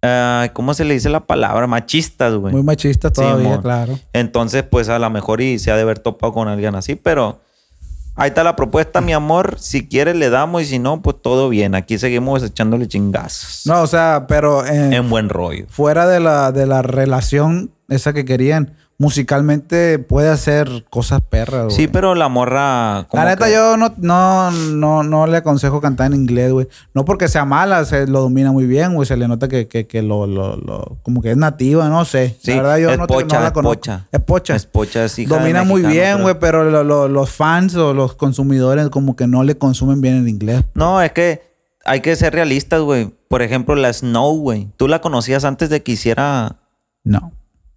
C: ah, ¿Cómo se le dice la palabra? Machistas, güey.
B: Muy machista
C: pues.
B: todavía,
C: mon.
B: claro.
C: Entonces, pues a lo mejor y se ha de haber topado con alguien así, pero ahí está la propuesta, mi amor. Si quieres, le damos y si no, pues todo bien. Aquí seguimos echándole chingazos.
B: No, o sea, pero. eh,
C: En buen rollo.
B: fuera de la, de la relación esa que querían, musicalmente puede hacer cosas perras, güey.
C: Sí, pero la morra. como
B: La neta,
C: que-
B: yo no, no, no, no le aconsejo cantar en inglés, güey. No porque sea mala, se lo domina muy bien, güey. Se le nota que, que, que lo, lo, lo- como que es nativa, no sé.
C: Sí,
B: la verdad, yo
C: es
B: no, te-
C: pocha,
B: no la
C: es
B: conozco.
C: pocha.
B: Es pocha.
C: Es pocha, es hija de
B: Domina muy
C: mexicano,
B: bien,
C: creo.
B: güey, pero lo- lo- los fans o los consumidores como que no le consumen bien el inglés.
C: No, es que hay que ser realistas, güey. Por ejemplo, la Snow, güey. ¿Tú la conocías antes de que hiciera
B: No.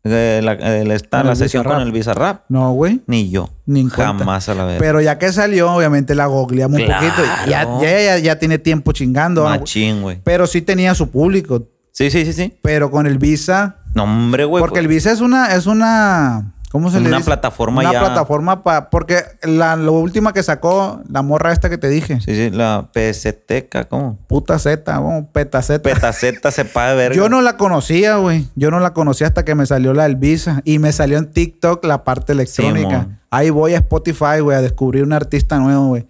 C: eh, la, eh, la- esta-
B: Con
C: la
B: el
C: sesión con
B: Bizarrap.
C: el Bizarrap?
B: No, güey.
C: Ni yo.
B: Ni en cuenta.
C: Jamás a la vez.
B: Pero ya que salió, obviamente la googleamos
C: Claro.
B: un poquito. Ya, ya, ya, ya tiene tiempo chingando. ¿no?
C: Machín, güey.
B: Pero sí tenía su público.
C: Sí, sí, sí, sí.
B: Pero con el Visa.
C: No, hombre, güey.
B: porque
C: pues,
B: el Visa es una. Es una ¿Cómo se le
C: Una
B: dice?
C: plataforma
B: Una
C: ya-
B: plataforma para. Porque la, lo última que sacó, la morra esta que te dije.
C: Sí, sí, la PSTK, ¿cómo?
B: Puta Z, vamos, peta Z.
C: Petaceta se paga de verga.
B: Yo no la conocía, güey. Yo no la conocía hasta que me salió la del Visa. Y me salió en TikTok la parte electrónica.
C: mon.
B: Ahí voy a Spotify, güey, a descubrir un artista nuevo, güey.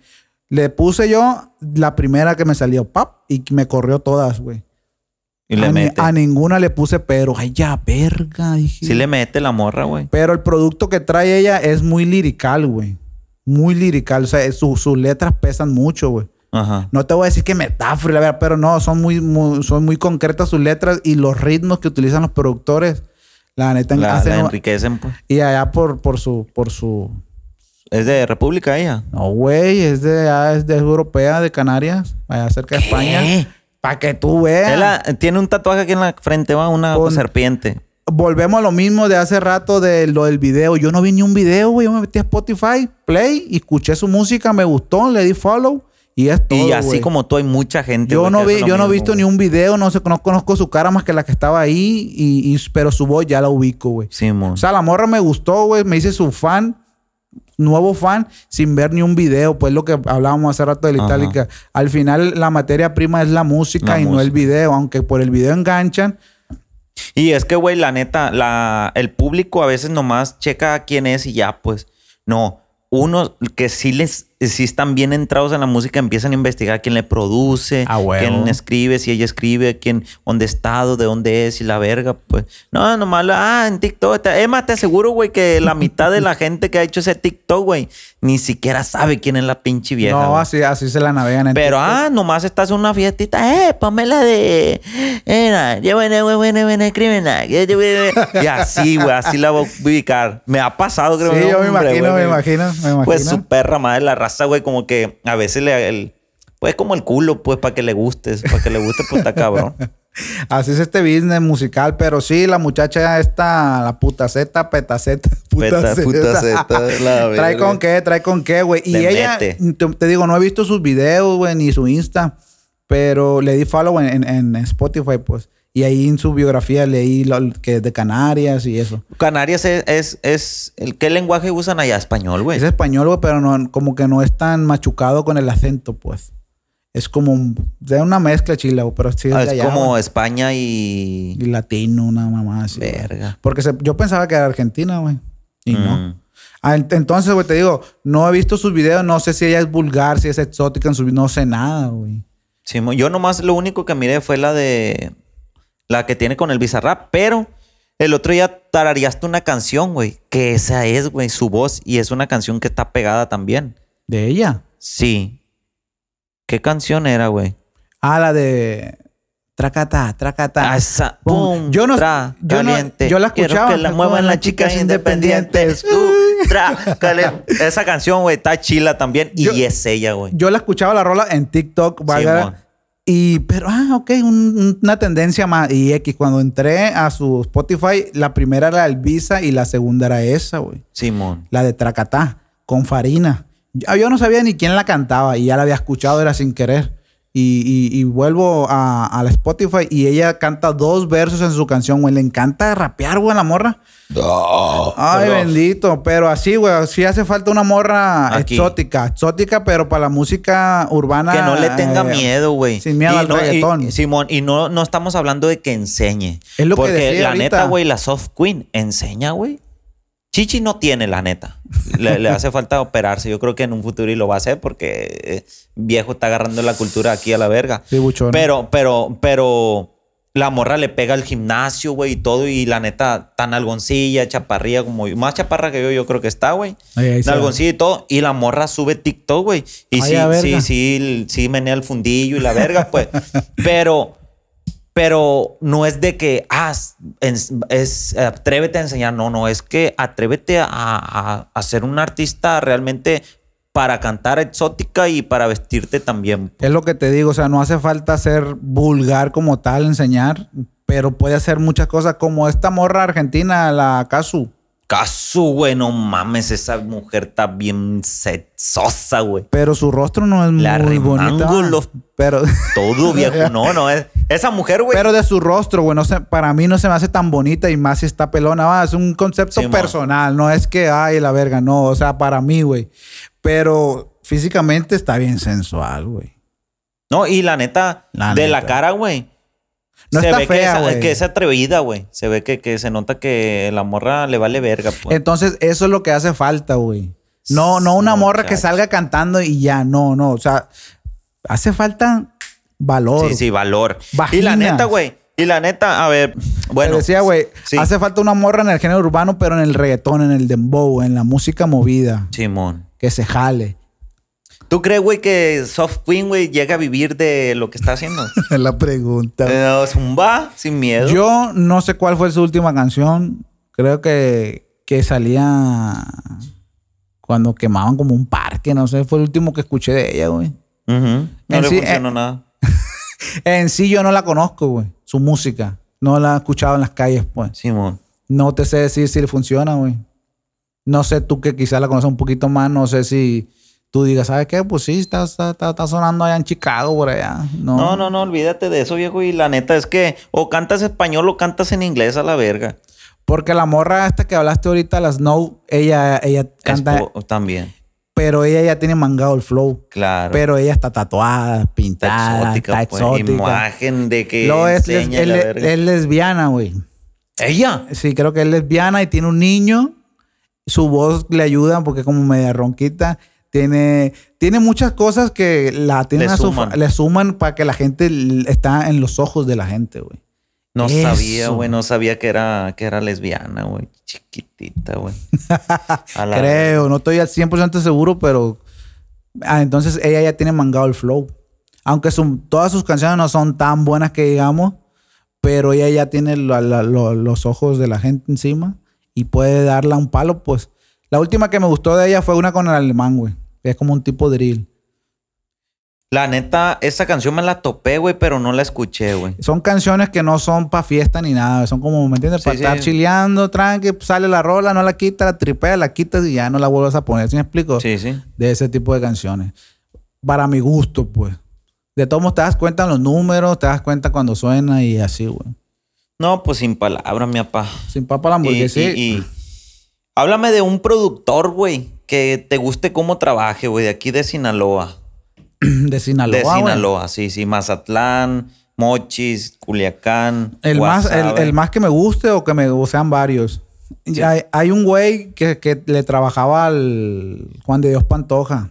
B: Le puse yo la primera que me salió, pap, y me corrió todas, güey.
C: Y le
B: a, ni-
C: mete.
B: a ninguna le puse pero. Ay, ya, verga, dije.
C: Sí le mete la morra, güey.
B: Pero el producto que trae ella es muy lirical, güey. Muy lirical. O sea, su- sus letras pesan mucho, güey.
C: Ajá.
B: No te voy a decir que metáfora, la verdad, pero no, son muy, muy- son muy concretas sus letras y los ritmos que utilizan los productores. La neta,
C: La,
B: hacen-
C: la enriquecen, pues.
B: y allá por, por su, por su.
C: Es de República ella.
B: No, güey, es de, allá es de europea, de Canarias, allá cerca de España. Para que tú veas.
C: Él ah, tiene un tatuaje aquí en la frente, va, una
B: Con-
C: serpiente.
B: Volvemos a lo mismo de hace rato de lo del video. Yo no vi ni un video, güey. Yo me metí a Spotify, play, y escuché su música, me gustó, le di follow y es todo.
C: y así
B: güey.
C: como tú, hay mucha gente.
B: Yo
C: güey,
B: no
C: que
B: vi,
C: hace lo
B: yo no he
C: mismo,
B: visto
C: güey.
B: ni un video, no sé, no conozco su cara más que la que estaba ahí, y, y- pero su voz ya la ubico, güey.
C: Sí, mon.
B: O sea, la morra me gustó, güey, me hice su fan. nuevo fan sin ver ni un video, pues lo que hablábamos hace rato de la
C: Ajá.
B: itálica. Al final la materia prima es la música
C: La
B: y no el
C: música.
B: video, aunque por el video enganchan.
C: Y es que, güey, la neta, la, el público a veces nomás checa quién es y ya, pues. No, unos que sí les sí están bien entrados en la música empiezan a investigar quién le produce,
B: Ah, huevo.
C: quién escribe, si ella escribe, quién, dónde ha estado, de dónde es y la verga, pues. No, nomás, la- ah, en TikTok. Te, es más, te aseguro, güey, que la mitad de la gente que ha hecho ese TikTok, güey, ni siquiera sabe quién es la pinche vieja.
B: no,
C: güey.
B: así, así se la navegan. en
C: Pero,
B: TikTok.
C: ah, nomás estás en una fiestita, eh,
E: Ponme la de. Era, yo buena, buena, buena, buena, criminal. Yo- yo- yo- yo-
C: Y así, güey, así la voy a ubicar. Me ha pasado, creo.
B: Sí, yo me
C: hombre,
B: imagino,
C: güey.
B: me imagino, me imagino.
C: Pues su perra madre, la raza, güey, como que a veces le... el- pues como el culo, pues, para que le gustes. Para que le guste, pues, está cabrón.
B: Así es este business musical, pero sí, la muchacha esta, la putaceta, petaceta,
C: Peta- putaceta, la
B: trae
C: verga.
B: con qué, trae con qué, güey. Y
C: Le
B: ella,
C: mete.
B: te, te digo, no he visto sus videos, güey, ni su Insta, pero le di follow en, en- en Spotify, pues. Y ahí en su biografía leí lo- que es de Canarias y eso.
C: Canarias es... es, es- el, ¿Qué lenguaje usan allá? Español, güey.
B: Es español, güey, pero no, como que no es tan machucado con el acento, pues. Es como un- de una mezcla chila, güey, pero sí es,
C: Ah,
B: de
C: es
B: allá,
C: como
B: güey.
C: España
B: Y
C: y...
B: latino, una mamá así. güey.
C: Verga.
B: Porque se- yo pensaba que era Argentina, güey. Y no.
C: Mm.
B: Ah, ent- Entonces, güey, te digo, no he visto sus videos, no sé si ella es vulgar, si es exótica en su no sé nada, güey.
C: Sí, mo- yo nomás lo único que miré fue la de... La que tiene con el Bizarrap, pero... El otro día tarareaste una canción, güey. Que esa es, güey, su voz. Y es una canción que está pegada también.
B: De ella.
C: Sí. ¿Qué canción era, güey?
B: Ah, la de Tracata, Tracata.
C: Ah, esa.
B: Pum.
C: Pum,
B: Yo no-
C: tra,
B: yo no-
C: caliente.
B: yo la escuchaba,
C: Quiero que la
B: me
C: muevan
B: acuerdo,
C: las chicas
B: chicas
C: independientes.
B: independientes.
C: Uh, tra, caliente. Esa canción, güey, está chila también. Y
B: Yo-
C: es ella, güey.
B: Yo la escuchaba la rola en TikTok, vaya.
C: mon.
B: y, pero, ah, ok, un- una tendencia más. Y X, cuando entré a su Spotify, la primera era Elvisa y la segunda era esa, güey.
C: Simón.
B: la de Tracatá, con Farina. Yo, yo no sabía ni quién la cantaba y ya la había escuchado, era sin querer. Y, y- y vuelvo a, a la Spotify y ella canta dos versos en su canción, güey. Le encanta rapear, güey, a la morra.
C: Ah,
B: Ay, bendito. Pero así, güey, sí hace falta una morra
C: Aquí.
B: exótica. Exótica, pero para la música urbana.
C: Que no le tenga
B: eh,
C: miedo, güey.
B: sin miedo
C: Y
B: al
C: no- y-
B: reggaetón.
C: Simón, y no, no estamos hablando de que enseñe.
B: Es lo que
C: Porque
B: decía
C: la
B: ahorita.
C: neta, güey, la soft queen enseña, güey. Chichi no tiene, la neta. Le, le hace falta operarse. Yo creo que en un futuro y lo va a hacer porque eh, viejo está agarrando la cultura aquí a la verga.
B: Sí, buchón.
C: Pero, pero, pero la morra le pega al gimnasio, güey, y todo. Y la neta, tan algoncilla, chaparrilla, como yo- Más chaparra que yo, yo creo que está, güey.
B: Ahí, ahí se ve.
C: Nalgoncilla y todo. Y la morra sube TikTok, güey.
B: Ay,
C: Y sí,
B: la verga.
C: sí, sí, sí, menea el fundillo y la verga, pues. pero, pero no es de que, ah, es, es- atrévete a enseñar. No, no, es que atrévete a, a- a ser un artista realmente para cantar exótica y para vestirte también.
B: Es lo que te digo, o sea, no hace falta ser vulgar como tal, enseñar, pero puede hacer muchas cosas como esta morra argentina, la Casu.
C: Caso, güey, no mames, esa mujer está bien sexosa, güey.
B: Pero su rostro no es
C: La
B: muy bonito.
C: remango los-
B: Pero,
C: Todo viejo, no, no, es, esa mujer, güey.
B: pero de su rostro, güey, no se- para mí no se me hace tan bonita y más si está pelona. va, es un concepto
C: Sí, mo.
B: personal, no es que, ay, la verga, no, o sea, para mí, güey. Pero físicamente está bien sensual, güey.
C: No, y la neta,
B: La
C: de la
B: neta.
C: cara, güey.
B: No
C: se
B: está
C: ve
B: fea,
C: que,
B: güey.
C: esa, que es atrevida, güey. Se ve que, que se nota que la morra le vale verga, pues.
B: Entonces, eso es lo que hace falta, güey. No, no una morra que
C: Muchachos.
B: salga cantando y ya, no, no. O sea, hace falta valor.
C: sí, sí, valor. Y
B: Vaginas.
C: la neta, güey. Y la neta, a ver,
B: Te
C: bueno.
B: decía, güey,
C: sí.
B: hace falta una morra en el género urbano, pero en el reggaetón, en el dembow, en la música movida,
C: Simón.
B: que se jale.
C: ¿Tú crees, güey, que Soft Queen, güey, llega a vivir de lo que está haciendo?
B: la pregunta.
C: Eh, Zumba, sin miedo.
B: Yo no sé cuál fue su última canción. Creo que, que salía cuando quemaban como un parque, no sé. Fue el último que escuché de ella, güey.
C: Ujú. No
B: En
C: le
B: sí,
C: funcionó
B: eh,
C: nada.
B: En sí yo no la conozco, güey. Su música. No la he escuchado en las calles, pues.
C: Simón.
B: No te sé decir si le funciona, güey. No sé tú que quizás la conoces un poquito más. No sé si tú digas, ¿sabes qué? Pues sí, está, está, está- está sonando allá en Chicago, por allá. No,
C: No, no, no, olvídate de eso, viejo. Y la neta es que o cantas español o cantas en inglés a la verga.
B: Porque la morra esta que hablaste ahorita, la Snow, ella, ella canta,
C: Es po- también.
B: pero ella ya tiene mangado el flow.
C: Claro.
B: Pero ella está tatuada,
C: Está
B: pintada,
C: exótica,
B: Ah, está
C: pues.
B: exótica.
C: Imagen de que
B: Luego es, les-
C: enseña
B: es
C: la
B: le-
C: verga.
B: es lesbiana, güey.
C: ¿Ella?
B: Sí, creo que es lesbiana y tiene un niño. Su voz le ayuda porque es como media ronquita. Tiene, tiene muchas cosas que la tienen
C: Le
B: a su fa-
C: suman.
B: le suman para que la gente l- está en los ojos de la gente, güey.
C: No
B: Eso.
C: sabía, güey. No sabía que era, que era lesbiana, güey. Chiquitita, güey. A la-
B: Creo, no estoy al 100% seguro, pero ah, entonces ella ya tiene mangado el flow. Aunque su- todas sus canciones no son tan buenas que digamos, pero ella ya tiene la- la- lo- los ojos de la gente encima y puede darla un palo, pues. La última que me gustó de ella fue una con el alemán, güey. Es como un tipo drill.
C: La neta, esa canción me la topé, güey, pero no la escuché, güey.
B: Son canciones que no son para fiesta ni nada, son como, ¿me entiendes?
C: Sí,
B: Para
C: sí.
B: estar chileando, tranqui, sale la rola, no la quita, la tripea, la quitas y ya no la vuelves a poner. ¿Sí me explico?
C: Sí, sí.
B: de ese tipo de canciones. Para mi gusto, pues. De todos modos, te das cuenta en los números, te das cuenta cuando suena y así, güey.
C: No, pues sin palabras, mi papá.
B: Sin papa la
C: Y,
B: hamburguesa.
C: y- y- Háblame de un productor, güey, que te guste cómo trabaje, güey, de aquí de Sinaloa.
B: de Sinaloa.
C: de
B: güey.
C: Sinaloa, sí, sí. Mazatlán, Mochis, Culiacán.
B: El más, el,
C: Guasave.
B: el más que me guste o que me o sean varios. Y Hay, hay un güey que, que le trabajaba al Juan de Dios Pantoja.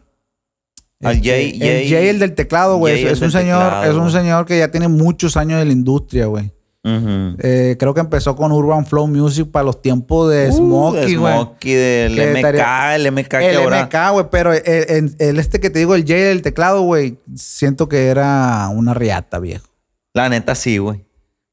C: Al
B: Este,
C: Jay- Jay-
B: el Jay, el del teclado, güey.
C: Jay,
B: Es,
C: el
B: es un
C: del
B: señor,
C: teclado,
B: es un
C: güey.
B: señor que ya tiene muchos años en la industria, güey.
C: Ujú.
B: Eh, creo que empezó con Urban Flow Music para los tiempos de
C: Uh,
B: Smokey,
C: de
B: güey.
C: Smokey, del
B: Que
C: MK,
B: estaría-
C: el MK que
B: El
C: ahora.
B: MK, güey, pero el, el- el este que te digo, el J del teclado, güey, siento que era una riata, viejo.
C: La neta, sí, güey.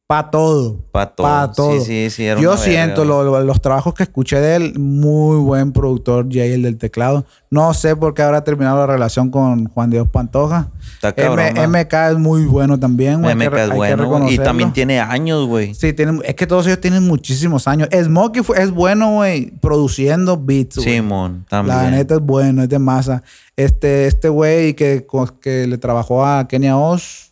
B: Pa' todo.
C: Pa' todo.
B: Pa'
C: Sí,
B: todo.
C: sí, sí, era
B: Yo
C: una verga,
B: siento lo- lo- los trabajos que escuché de él, muy buen productor, J el del teclado. No sé por qué habrá terminado la relación con Juan Dios Pantoja.
C: Está cabrón,
B: M-
C: ¿no?
B: MK es muy bueno también, güey. hay que
C: MK
B: re-
C: es
B: hay que
C: bueno. güey. Y
B: reconocerlo.
C: también tiene años, güey.
B: Sí, tienen- es que todos ellos tienen muchísimos años. Smokey fue- es bueno, güey, produciendo beats, güey.
C: Simón, también.
B: La neta es bueno, es de masa. Este, este güey que, co- que le trabajó a Kenia Oz.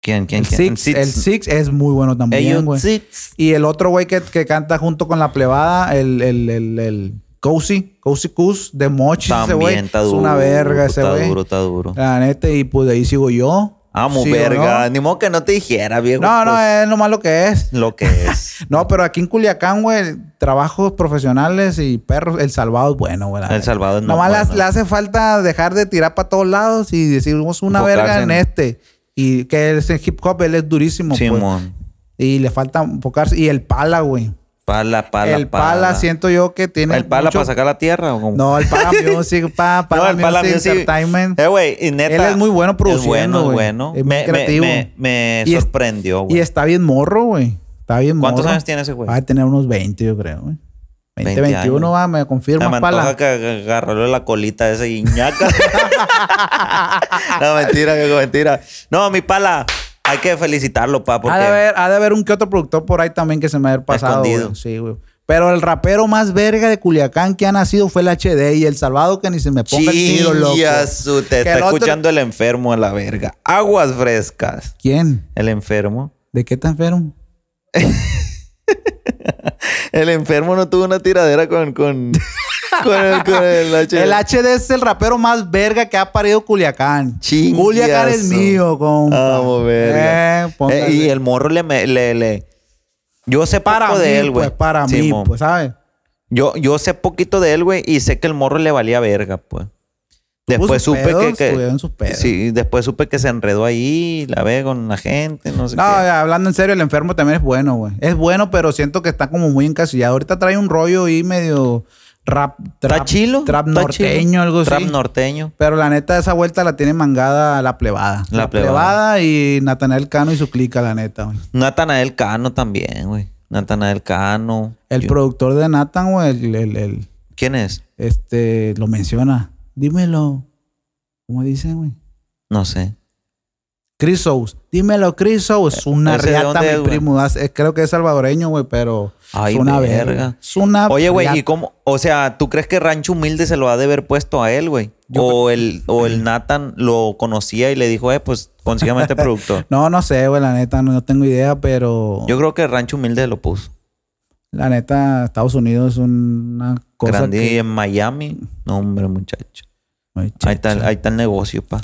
C: ¿Quién, quién,
B: El
C: quién?
B: Six, el Six es muy bueno también, güey. Y el otro güey que, que canta junto con la plebada, el, el, el, el Cozy, Cozy Cus de Mochi, ese güey.
C: También está
B: Es
C: duro.
B: una verga ese
C: Está
B: güey.
C: duro, está duro.
B: La neta, y pues de ahí sigo yo.
C: Amo,
B: ¿Sí o
C: verga. Ni modo que no te dijera, viejo.
B: No, no, no eh.
C: pues,
B: es nomás lo que es.
C: Lo que es.
B: No, pero aquí en Culiacán, güey, trabajos profesionales y perros. El Salvado es bueno, güey. la
C: El
B: neta.
C: Salvado es no-
B: Nomás le-
C: bueno.
B: le hace falta dejar de tirar para todos lados y decimos una
C: Enfocarse
B: verga en
C: en-
B: este. Y que él es en hip hop, él es durísimo, pues.
C: Simón.
B: Y le falta enfocarse. Y el Pala, güey.
C: Pala, pala,
B: El Pala, siento yo que tiene.
C: ¿El pala
B: mucho-
C: para sacar la tierra? ¿o cómo?
B: No, el Pala Music, pa, Pala,
C: No, el Pala
B: Music,
C: Music.
B: Entertainment.
C: Eh, güey, y neta.
B: Él es muy bueno
C: Es bueno,
B: produciendo,
C: es
B: güey.
C: bueno.
B: Es muy
C: me, me-
B: creativo.
C: me- me
B: Y es-
C: sorprendió,
B: Y
C: güey.
B: está bien morro, güey. Está bien morro.
C: ¿Cuántos años tiene ese güey?
B: Va a tener unos 20, yo creo, güey. 20,
C: 20
B: 21
C: años.
B: va, me
C: Se
B: confirma
C: me
B: Pala.
C: antoja que ag- agarrarle la colita a ese iñaca. no, mentira, viejo, mentira. No, mi pala, hay que felicitarlo, pa, porque
B: Ha de, haber, ha de haber un que otro productor por ahí también que se me ha de haber pasado.
C: Escondido.
B: güey. Sí, güey. Pero el rapero más verga de Culiacán que ha nacido fue el HD y el Salvado que ni se me ponga el tiro, loco.
C: Chinga su- te
B: Que
C: está
B: el otro-
C: escuchando el enfermo a la verga. Aguas frescas.
B: ¿Quién?
C: El enfermo.
B: ¿De qué está enfermo?
C: El enfermo no tuvo una tiradera con, con, con el, con el H.
B: El HD es el rapero más verga que ha parido Culiacán.
C: Chingazo.
B: Culiacán es mío, compa.
C: Vamos, verga.
B: Eh, póngase.
C: Eh, y el morro le, me- le, le- Yo sé
B: para
C: poco
B: mí,
C: de él, güey.
B: pues, para mí,
C: Simón.
B: pues, ¿sabes?
C: Yo, yo sé poquito de él, güey, y sé que el morro le valía verga, pues. Después
B: sus
C: supe que,
B: pedos,
C: que-
B: tuvieron sus pedos.
C: Sí, después supe que se enredó ahí, la ve con la gente, no sé
B: No,
C: qué.
B: hablando en serio, el enfermo también es bueno, güey. Es bueno, pero siento que está como muy encasillado. Ahorita trae un rollo ahí medio rap.
C: ¿Está
B: trap-
C: chilo?
B: Trap
C: Oh, ¿Está
B: norteño,
C: chilo?
B: algo así.
C: Trap norteño.
B: pero la neta, esa vuelta la tiene mangada la plebada.
C: La
B: y Natanael Cano y su clica, la neta, güey.
C: Natanael Cano también, güey. Natanael Cano.
B: El
C: Yo-
B: productor de Nathan, güey, el, el- el-
C: ¿Quién es?
B: este, lo menciona. Dímelo. ¿Cómo dice, güey?
C: No sé.
B: Chris Sous. Dímelo, Chris Sous. Es una
C: Eh, ¿Ese de
B: riata,
C: dónde es,
B: mi
C: güey?
B: primo. Hace- eh, Creo que es salvadoreño, güey, pero
C: Ay,
B: es una
C: verga.
B: verga. Es una
C: Oye, güey,
B: riata.
C: ¿y cómo? O sea, ¿tú crees que Rancho Humilde se lo ha de haber puesto a él, güey? O el, o el Nathan lo conocía y le dijo, eh, pues consígame este productor.
B: No, no sé, güey, la neta, no, no tengo idea, pero.
C: Yo creo que Rancho Humilde lo puso.
B: La neta, Estados Unidos es una cosa
C: Grande
B: que...
C: en Miami. No, hombre, muchacho.
B: Ay,
C: Ahí está,
B: chacha.
C: ahí está el negocio, pa.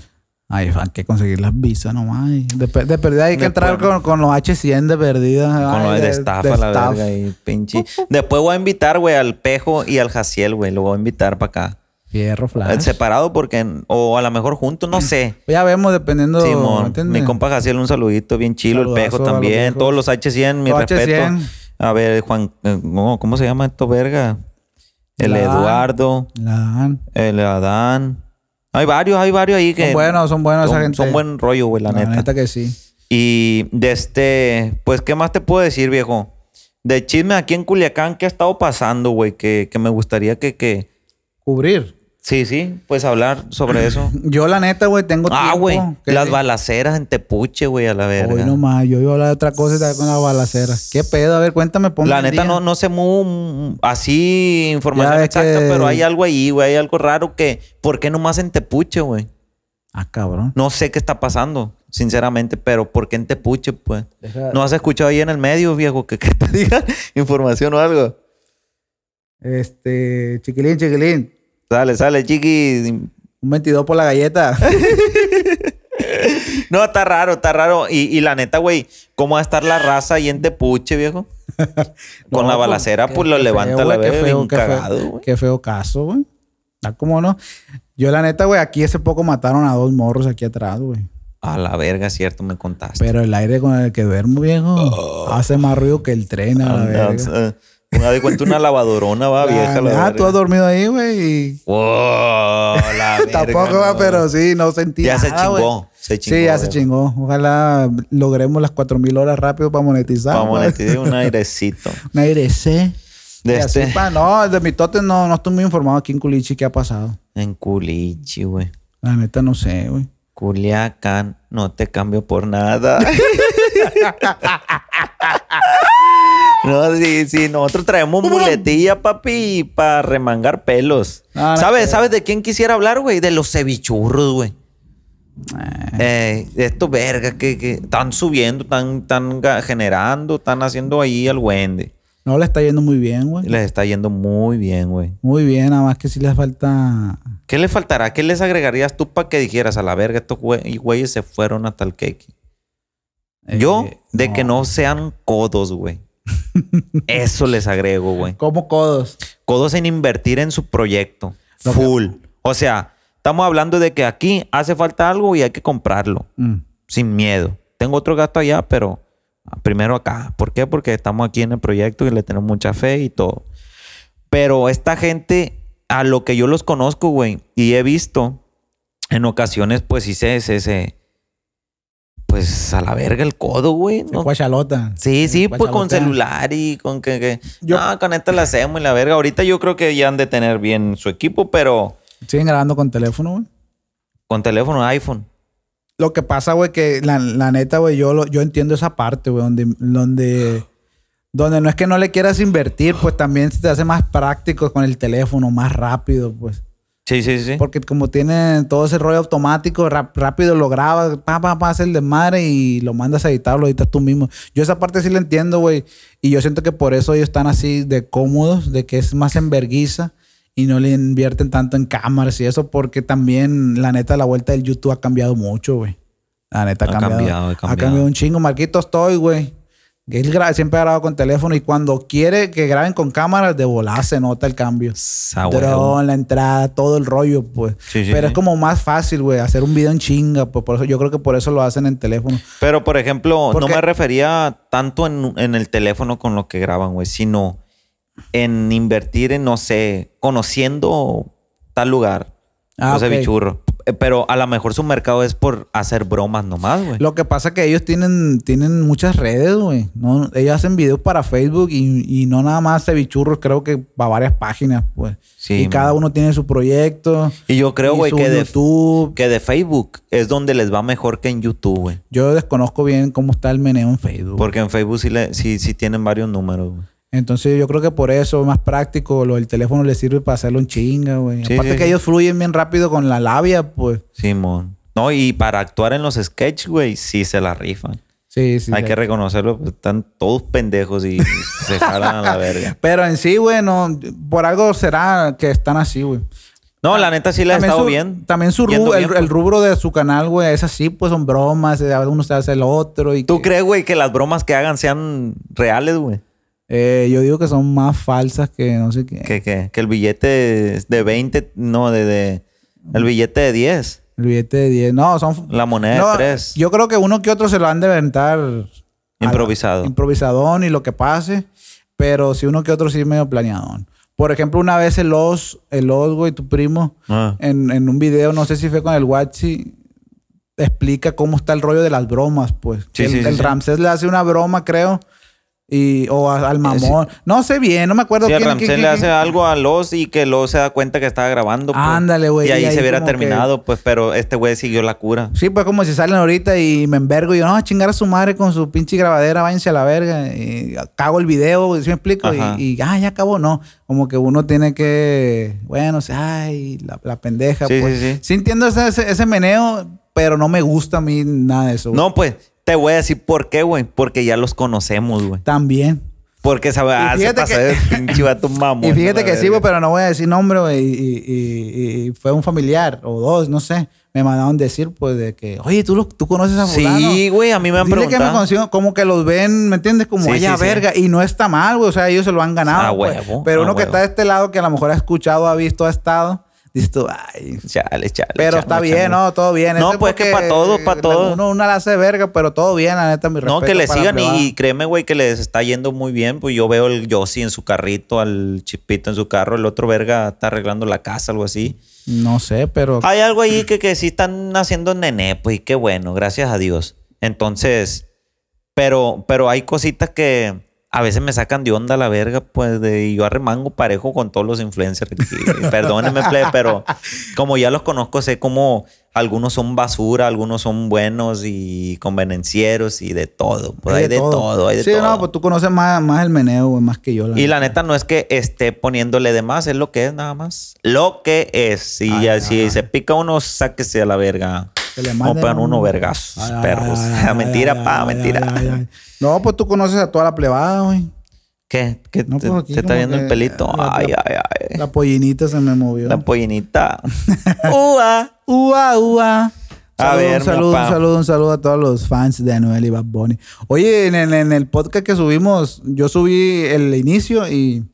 B: Ay, hay que conseguir las visas nomás. y De, pe- de perdida hay que
C: De
B: entrar con,
C: acuerdo.
B: con los H100 de perdida.
C: Con
B: ay,
C: lo de, estafa,
B: de
C: la
B: staff.
C: verga. Y pinche. Después voy a invitar, güey, al Pejo y al Jaciel, güey. Lo voy a invitar para acá.
B: Fierro
C: Eh,
B: flash.
C: Separado porque... O a lo mejor juntos, no sé.
B: Ya vemos, dependiendo.
C: Simón,
B: ¿entiendes?
C: mi compa Jaciel, un saludito bien chilo, el
B: Saludazo
C: Pejo
B: a los
C: también,
B: viejos.
C: todos los H100, mi
B: Los
C: respeto.
B: H100.
C: A ver, Juan, eh, no, ¿cómo se llama esto, verga? El
B: Adán.
C: Eduardo,
B: La dan.
C: el Adán. Hay varios, hay varios ahí que...
B: Son buenos, son buenos esa
C: son-
B: gente.
C: Son buen rollo, güey, la,
B: La
C: neta.
B: neta que sí.
C: Y de este, pues, ¿qué más te puedo decir, viejo? De chisme aquí en Culiacán, ¿qué ha estado pasando, güey? Que, que me gustaría que, que...
B: Cubrir.
C: Sí, sí, pues hablar sobre eso.
B: Yo, la neta, güey, tengo
C: ah,
B: tiempo
C: güey,
B: que-
C: las balaceras en Tepuche, güey, a la verga.
B: Hoy nomás, yo iba a hablar de otra cosa y te con la balacera. ¿Qué pedo? A ver, cuéntame, ponme
C: La
B: al
C: neta
B: día.
C: no, no sé muy así
B: Ya
C: información
B: ves
C: exacta,
B: que-
C: pero hay algo ahí, güey. Hay algo raro que... ¿Por qué nomás en Tepuche, güey?
B: Ah, cabrón.
C: No sé qué está pasando, sinceramente, pero ¿por qué en Tepuche, pues?
B: Deja-
C: ¿No has escuchado ahí en el medio, viejo, que, que te digan información o algo?
B: Este, chiquilín, chiquilín.
C: Sale, sale, chiqui.
B: Un 22 por la galleta.
C: No, está raro, está raro. Y, y la neta, güey, ¿cómo va a estar la raza ahí en Tepuche, viejo?
B: No,
C: Con la
B: pues,
C: balacera,
B: qué-
C: pues lo
B: qué
C: levanta
B: feo,
C: la
B: güey, qué
C: verga,
B: feo,
C: bien
B: qué feo.
C: cagado, güey.
B: Qué feo caso, güey. Ah, cómo no. Yo, la neta, güey, aquí hace poco mataron a dos morros aquí atrás, güey.
C: A la verga, cierto, me contaste.
B: Pero el aire con el que duermo, viejo, hace más ruido que el tren, a la
C: Oh. Anda,
B: verga.
C: eh, Una de cuenta una lavadorona va vieja la
B: Ah,
C: verga.
B: tú has dormido ahí, güey. y-
C: Wow, la verga,
B: Tampoco, va,
C: no.
B: pero sí, no sentí
C: Ya se
B: nada, Ah, güey.
C: chingó, se chingó,
B: Sí, ya se
C: viejo.
B: chingó. Ojalá logremos las 4.000 horas rápido para monetizar.
C: Vamos
B: güey.
C: a meter un airecito.
B: Un aire C.
C: De
B: Y así,
C: este,
B: pa, no, de mi tote no, no estoy muy informado aquí en Culichi qué ha pasado.
C: en Culichi, güey.
B: La neta no sé, güey.
C: Culiacán, no te cambio por nada. no, sí, sí, nosotros traemos muletilla, papi, para remangar pelos.
B: Ah, No, no
C: ¿Sabes,
B: creo.
C: ¿Sabes de quién quisiera hablar, güey? De los cevichurros, güey.
B: Ah.
C: Eh, estos vergas que, que están subiendo, están, están ga- generando, están haciendo ahí al duende.
B: No le está yendo muy bien, güey.
C: Les está yendo muy bien, güey.
B: Muy bien, nada más que sí les falta.
C: ¿Qué les faltará? ¿Qué les agregarías tú para que dijeras a la verga estos güey- güeyes se fueron hasta el cake?
B: eh,
C: Yo, de que no sean codos, güey. Eso les agrego, güey.
B: Como codos.
C: Codos en invertir en su proyecto.
B: Lo que-
C: Full. O sea, estamos hablando de que aquí hace falta algo y hay que comprarlo.
B: Mm.
C: Sin miedo. Tengo otro gasto allá, pero ah, primero acá. ¿Por qué? Porque estamos aquí en el proyecto y le tenemos mucha fe y todo. Pero esta gente, a lo que yo los conozco, güey, y he visto, en ocasiones, pues sí se, se, se- pues a la verga el codo, güey.
B: Se
C: ¿no?
B: cuachalota.
C: Sí, sí, pues con
B: guachalotea.
C: celular y con que, que-
B: Yo-
C: No, con esta la hacemos y la verga. Ahorita yo creo que ya han de tener bien su equipo, pero
B: Siguen grabando con teléfono, güey.
C: con teléfono iPhone.
B: Lo que pasa, güey, que la, la neta, güey, yo, lo- yo entiendo esa parte, güey, donde, donde, donde no es que no le quieras invertir, pues también se te hace más práctico con el teléfono, más rápido, pues.
C: Sí, sí, sí.
B: Porque como tiene todo ese rollo automático, rap- rápido lo grabas, pa, pa, pa, haces el desmadre y lo mandas a editarlo, editas tú mismo. Yo esa parte sí la entiendo, güey. Y yo siento que por eso ellos están así de cómodos, de que es más enverguiza y no le invierten tanto en cámaras y eso, porque también la neta la vuelta del YouTube ha cambiado mucho, güey. La neta ha,
C: Ha
B: cambiado,
C: cambiado, ha
B: Ha
C: cambiado.
B: cambiado un chingo. Marquito estoy, güey. Él gra- siempre ha grabado con teléfono y cuando quiere que graben con cámaras, de volar se nota el cambio
C: Ah, güey.
B: dron, la entrada, todo el rollo, pues.
C: Sí, sí,
B: Pero
C: sí.
B: es como más fácil, güey, hacer un video en chinga, pues por eso yo creo que por eso lo hacen en teléfono.
C: Pero, por ejemplo, no
B: Porque-
C: me refería tanto en, en el teléfono con lo que graban, güey, sino en invertir en, no sé, conociendo tal lugar.
B: Ah,
C: no sé,
B: ok.
C: bichurro. Eh, Pero a lo mejor su mercado es por hacer bromas nomás, güey.
B: Lo que pasa es que ellos tienen, tienen muchas redes, güey. No, ellos hacen videos para Facebook y, y no nada más cevichurros, creo que para varias páginas, pues.
C: Sí,
B: y
C: man.
B: cada uno tiene su proyecto.
C: Y yo creo,
B: y
C: güey,
B: su
C: que de,
B: YouTube.
C: que de Facebook es donde les va mejor que en YouTube, güey.
B: Yo desconozco bien cómo está el meneo en Facebook.
C: Porque en Facebook sí, le, sí, sí tienen varios números, güey.
B: Entonces yo creo que por eso es más práctico, lo del teléfono le sirve para hacerlo en chinga, güey.
C: Sí,
B: Aparte
C: sí,
B: que
C: sí.
B: ellos fluyen bien rápido con la labia, pues.
C: Simón. No, y para actuar en los sketches, güey, sí se la rifan.
B: Sí, sí.
C: Hay
B: sí.
C: que reconocerlo, pues, están todos pendejos y se jalan a la verga.
B: Pero en sí, güey, no, por algo será que están así, güey.
C: No, la neta sí la he
B: También
C: estado
B: su-
C: bien.
B: También su
C: Yendo
B: rubro, el,
C: bien,
B: el rubro de su canal, güey, es así, pues son bromas, eh, uno se hace el otro. Y
C: ¿Tú
B: que-
C: crees, güey, que las bromas que hagan sean reales, güey?
B: Eh, yo digo que son más falsas que no sé qué.
C: Que, que, que el billete de 20, no, de, de- El billete de 10,
B: El billete de 10. No, son.
C: la moneda
B: no,
C: de 3.
B: Yo creo que uno que otro se lo han de inventar.
C: Improvisado.
B: al- improvisadón y lo que pase. Pero si uno que otro sí medio planeadón. Por ejemplo, una vez el Os, el Os, güey, tu primo,
C: Ah.
B: en, en un video, no sé si fue con el Watsi, explica cómo está el rollo de las bromas, pues.
C: Sí,
B: el
C: sí, sí,
B: el
C: sí.
B: Ramsés le hace una broma, creo. Y, o a-
C: Eh,
B: al mamón. No sé bien, no me acuerdo
C: Si el
B: quién-
C: Ramsés
B: quién-
C: le
B: quién-
C: hace algo a Los y que Los se da cuenta que estaba grabando. pues.
B: Ándale, güey,
C: Y ahí,
B: y ahí
C: se hubiera
B: como que-
C: terminado, pues, pero este güey siguió la cura.
B: Sí, pues como si salen ahorita y me envergo y yo, no, a chingar a su madre con su pinche grabadera, váyanse a la verga. Y cago el video, ¿sí me explico? Y,
C: Ajá.
B: y, ah, ya acabó, no. Como que uno tiene que, bueno, o sea, ay, la, la pendeja.
C: Sí,
B: pues.
C: sí, sí.
B: entiendo ese, ese- ese meneo, pero no me gusta a mí nada de eso. güey.
C: No, pues, te voy a decir por qué, güey. Porque ya los conocemos, güey.
B: También.
C: Porque sabe,
B: Y
C: ah, se
B: fíjate
C: pasa
B: que-
C: de pinche vato mamón.
B: y fíjate
C: la
B: que sí,
C: verga.
B: güey, pero no voy a decir nombre, güey. Y, y- y- y fue un familiar o dos, no sé. Me mandaron decir, pues, de que, oye, tú, lo, tú conoces a fulano.
C: Sí, güey, a mí me han
B: Dile que me
C: preguntado.
B: consigo- como que los ven, ¿me entiendes? Como
C: Sí,
B: allá
C: sí, sí.
B: verga. Y no está mal, güey. O sea, ellos se lo han ganado.
C: Ah,
B: pues.
C: huevo,
B: Pero
C: ah,
B: uno que
C: huevo.
B: está de este lado, que a lo mejor ha escuchado, ha visto, ha estado, dices tú, ay.
C: Chale, chale.
B: Pero
C: chale,
B: está
C: chale.
B: bien, ¿no? Todo bien.
C: No,
B: Ese
C: pues, que
B: porque
C: pa' todo, pa' todo.
B: Uno una la hace verga, pero todo bien, la neta, mi
C: No,
B: respeto
C: que le
B: para
C: sigan
B: la plebada.
C: y, y créeme, güey, que les está yendo muy bien. Pues yo veo el Yossi en su carrito, al Chipito en su carro, el otro verga está arreglando la casa, algo así.
B: No sé, pero...
C: Hay algo ahí que, que sí están haciendo nené, pues, y qué bueno, gracias a Dios. Entonces, pero, pero hay cositas que a veces me sacan de onda la verga, pues, de, y yo arremango parejo con todos los influencers. Y perdónenme, plebe, pero como ya los conozco, sé cómo algunos son basura, algunos son buenos y convenencieros y de todo. Pues hay, de todo, hay de
B: sí,
C: todo.
B: no, pues tú conoces más, más el meneo, güey, más que yo.
C: Y la neta no es que esté poniéndole de más, es lo que es nada más. Lo que es. Y
B: Ay,
C: ya,
B: ay,
C: si
B: ay.
C: se pica uno, sáquese a la verga.
B: Que le
C: O
B: manden
C: pegan
B: un-
C: uno vergazos,
B: Ay, ay,
C: perros. Ah,
B: ay, ay,
C: mentira,
B: ay,
C: pa,
B: ay,
C: mentira.
B: ay, ay, ay. No, pues tú conoces a toda la plebada, güey.
C: ¿Qué? ¿Qué
B: No,
C: te,
B: pues aquí
C: te está
B: como
C: viendo el
B: que
C: pelito?
B: la-
C: ay,
B: la-
C: ay, ay.
B: La pollinita se me movió.
C: La pollinita. ¡Ua!
B: Ua, ua.
C: A
B: Saludo,
C: ver,
B: un saludo,
C: papá.
B: un saludo, un saludo a todos los fans de Anuel y Bad Bunny. Oye, en, en- en el podcast que subimos, yo subí el inicio y,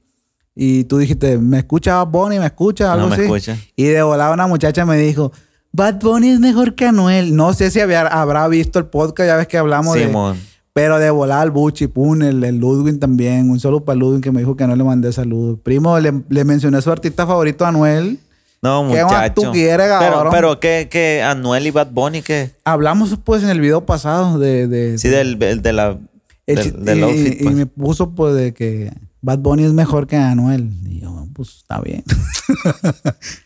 B: y tú dijiste, ¿me escucha Bad Bunny? ¿Me escucha? Algo
C: No me
B: así.
C: escucha.
B: Y de volada una muchacha me dijo, Bad Bunny es mejor que Anuel. No sé si había- habrá visto el podcast, ya ves que hablamos de...
C: Simón.
B: Pero de volar al Buchi, Pun, el, el Ludwig también. Un saludo para Ludwig que me dijo que no le mandé saludos. Primo, le, le mencioné su artista favorito, Anuel.
C: No,
B: ¿Qué
C: muchacho.
B: más tú quieres,
C: pero,
B: cabrón?
C: pero ¿qué, qué? Anuel y Bad Bunny, ¿qué?
B: Hablamos pues en el video pasado de... de
C: Sí, del, del- de la...
B: el
C: del-
B: chi-
C: del
B: y,
C: outfit,
B: y
C: pues.
B: me puso pues de que Bad Bunny es mejor que Anuel. Y yo, pues está bien.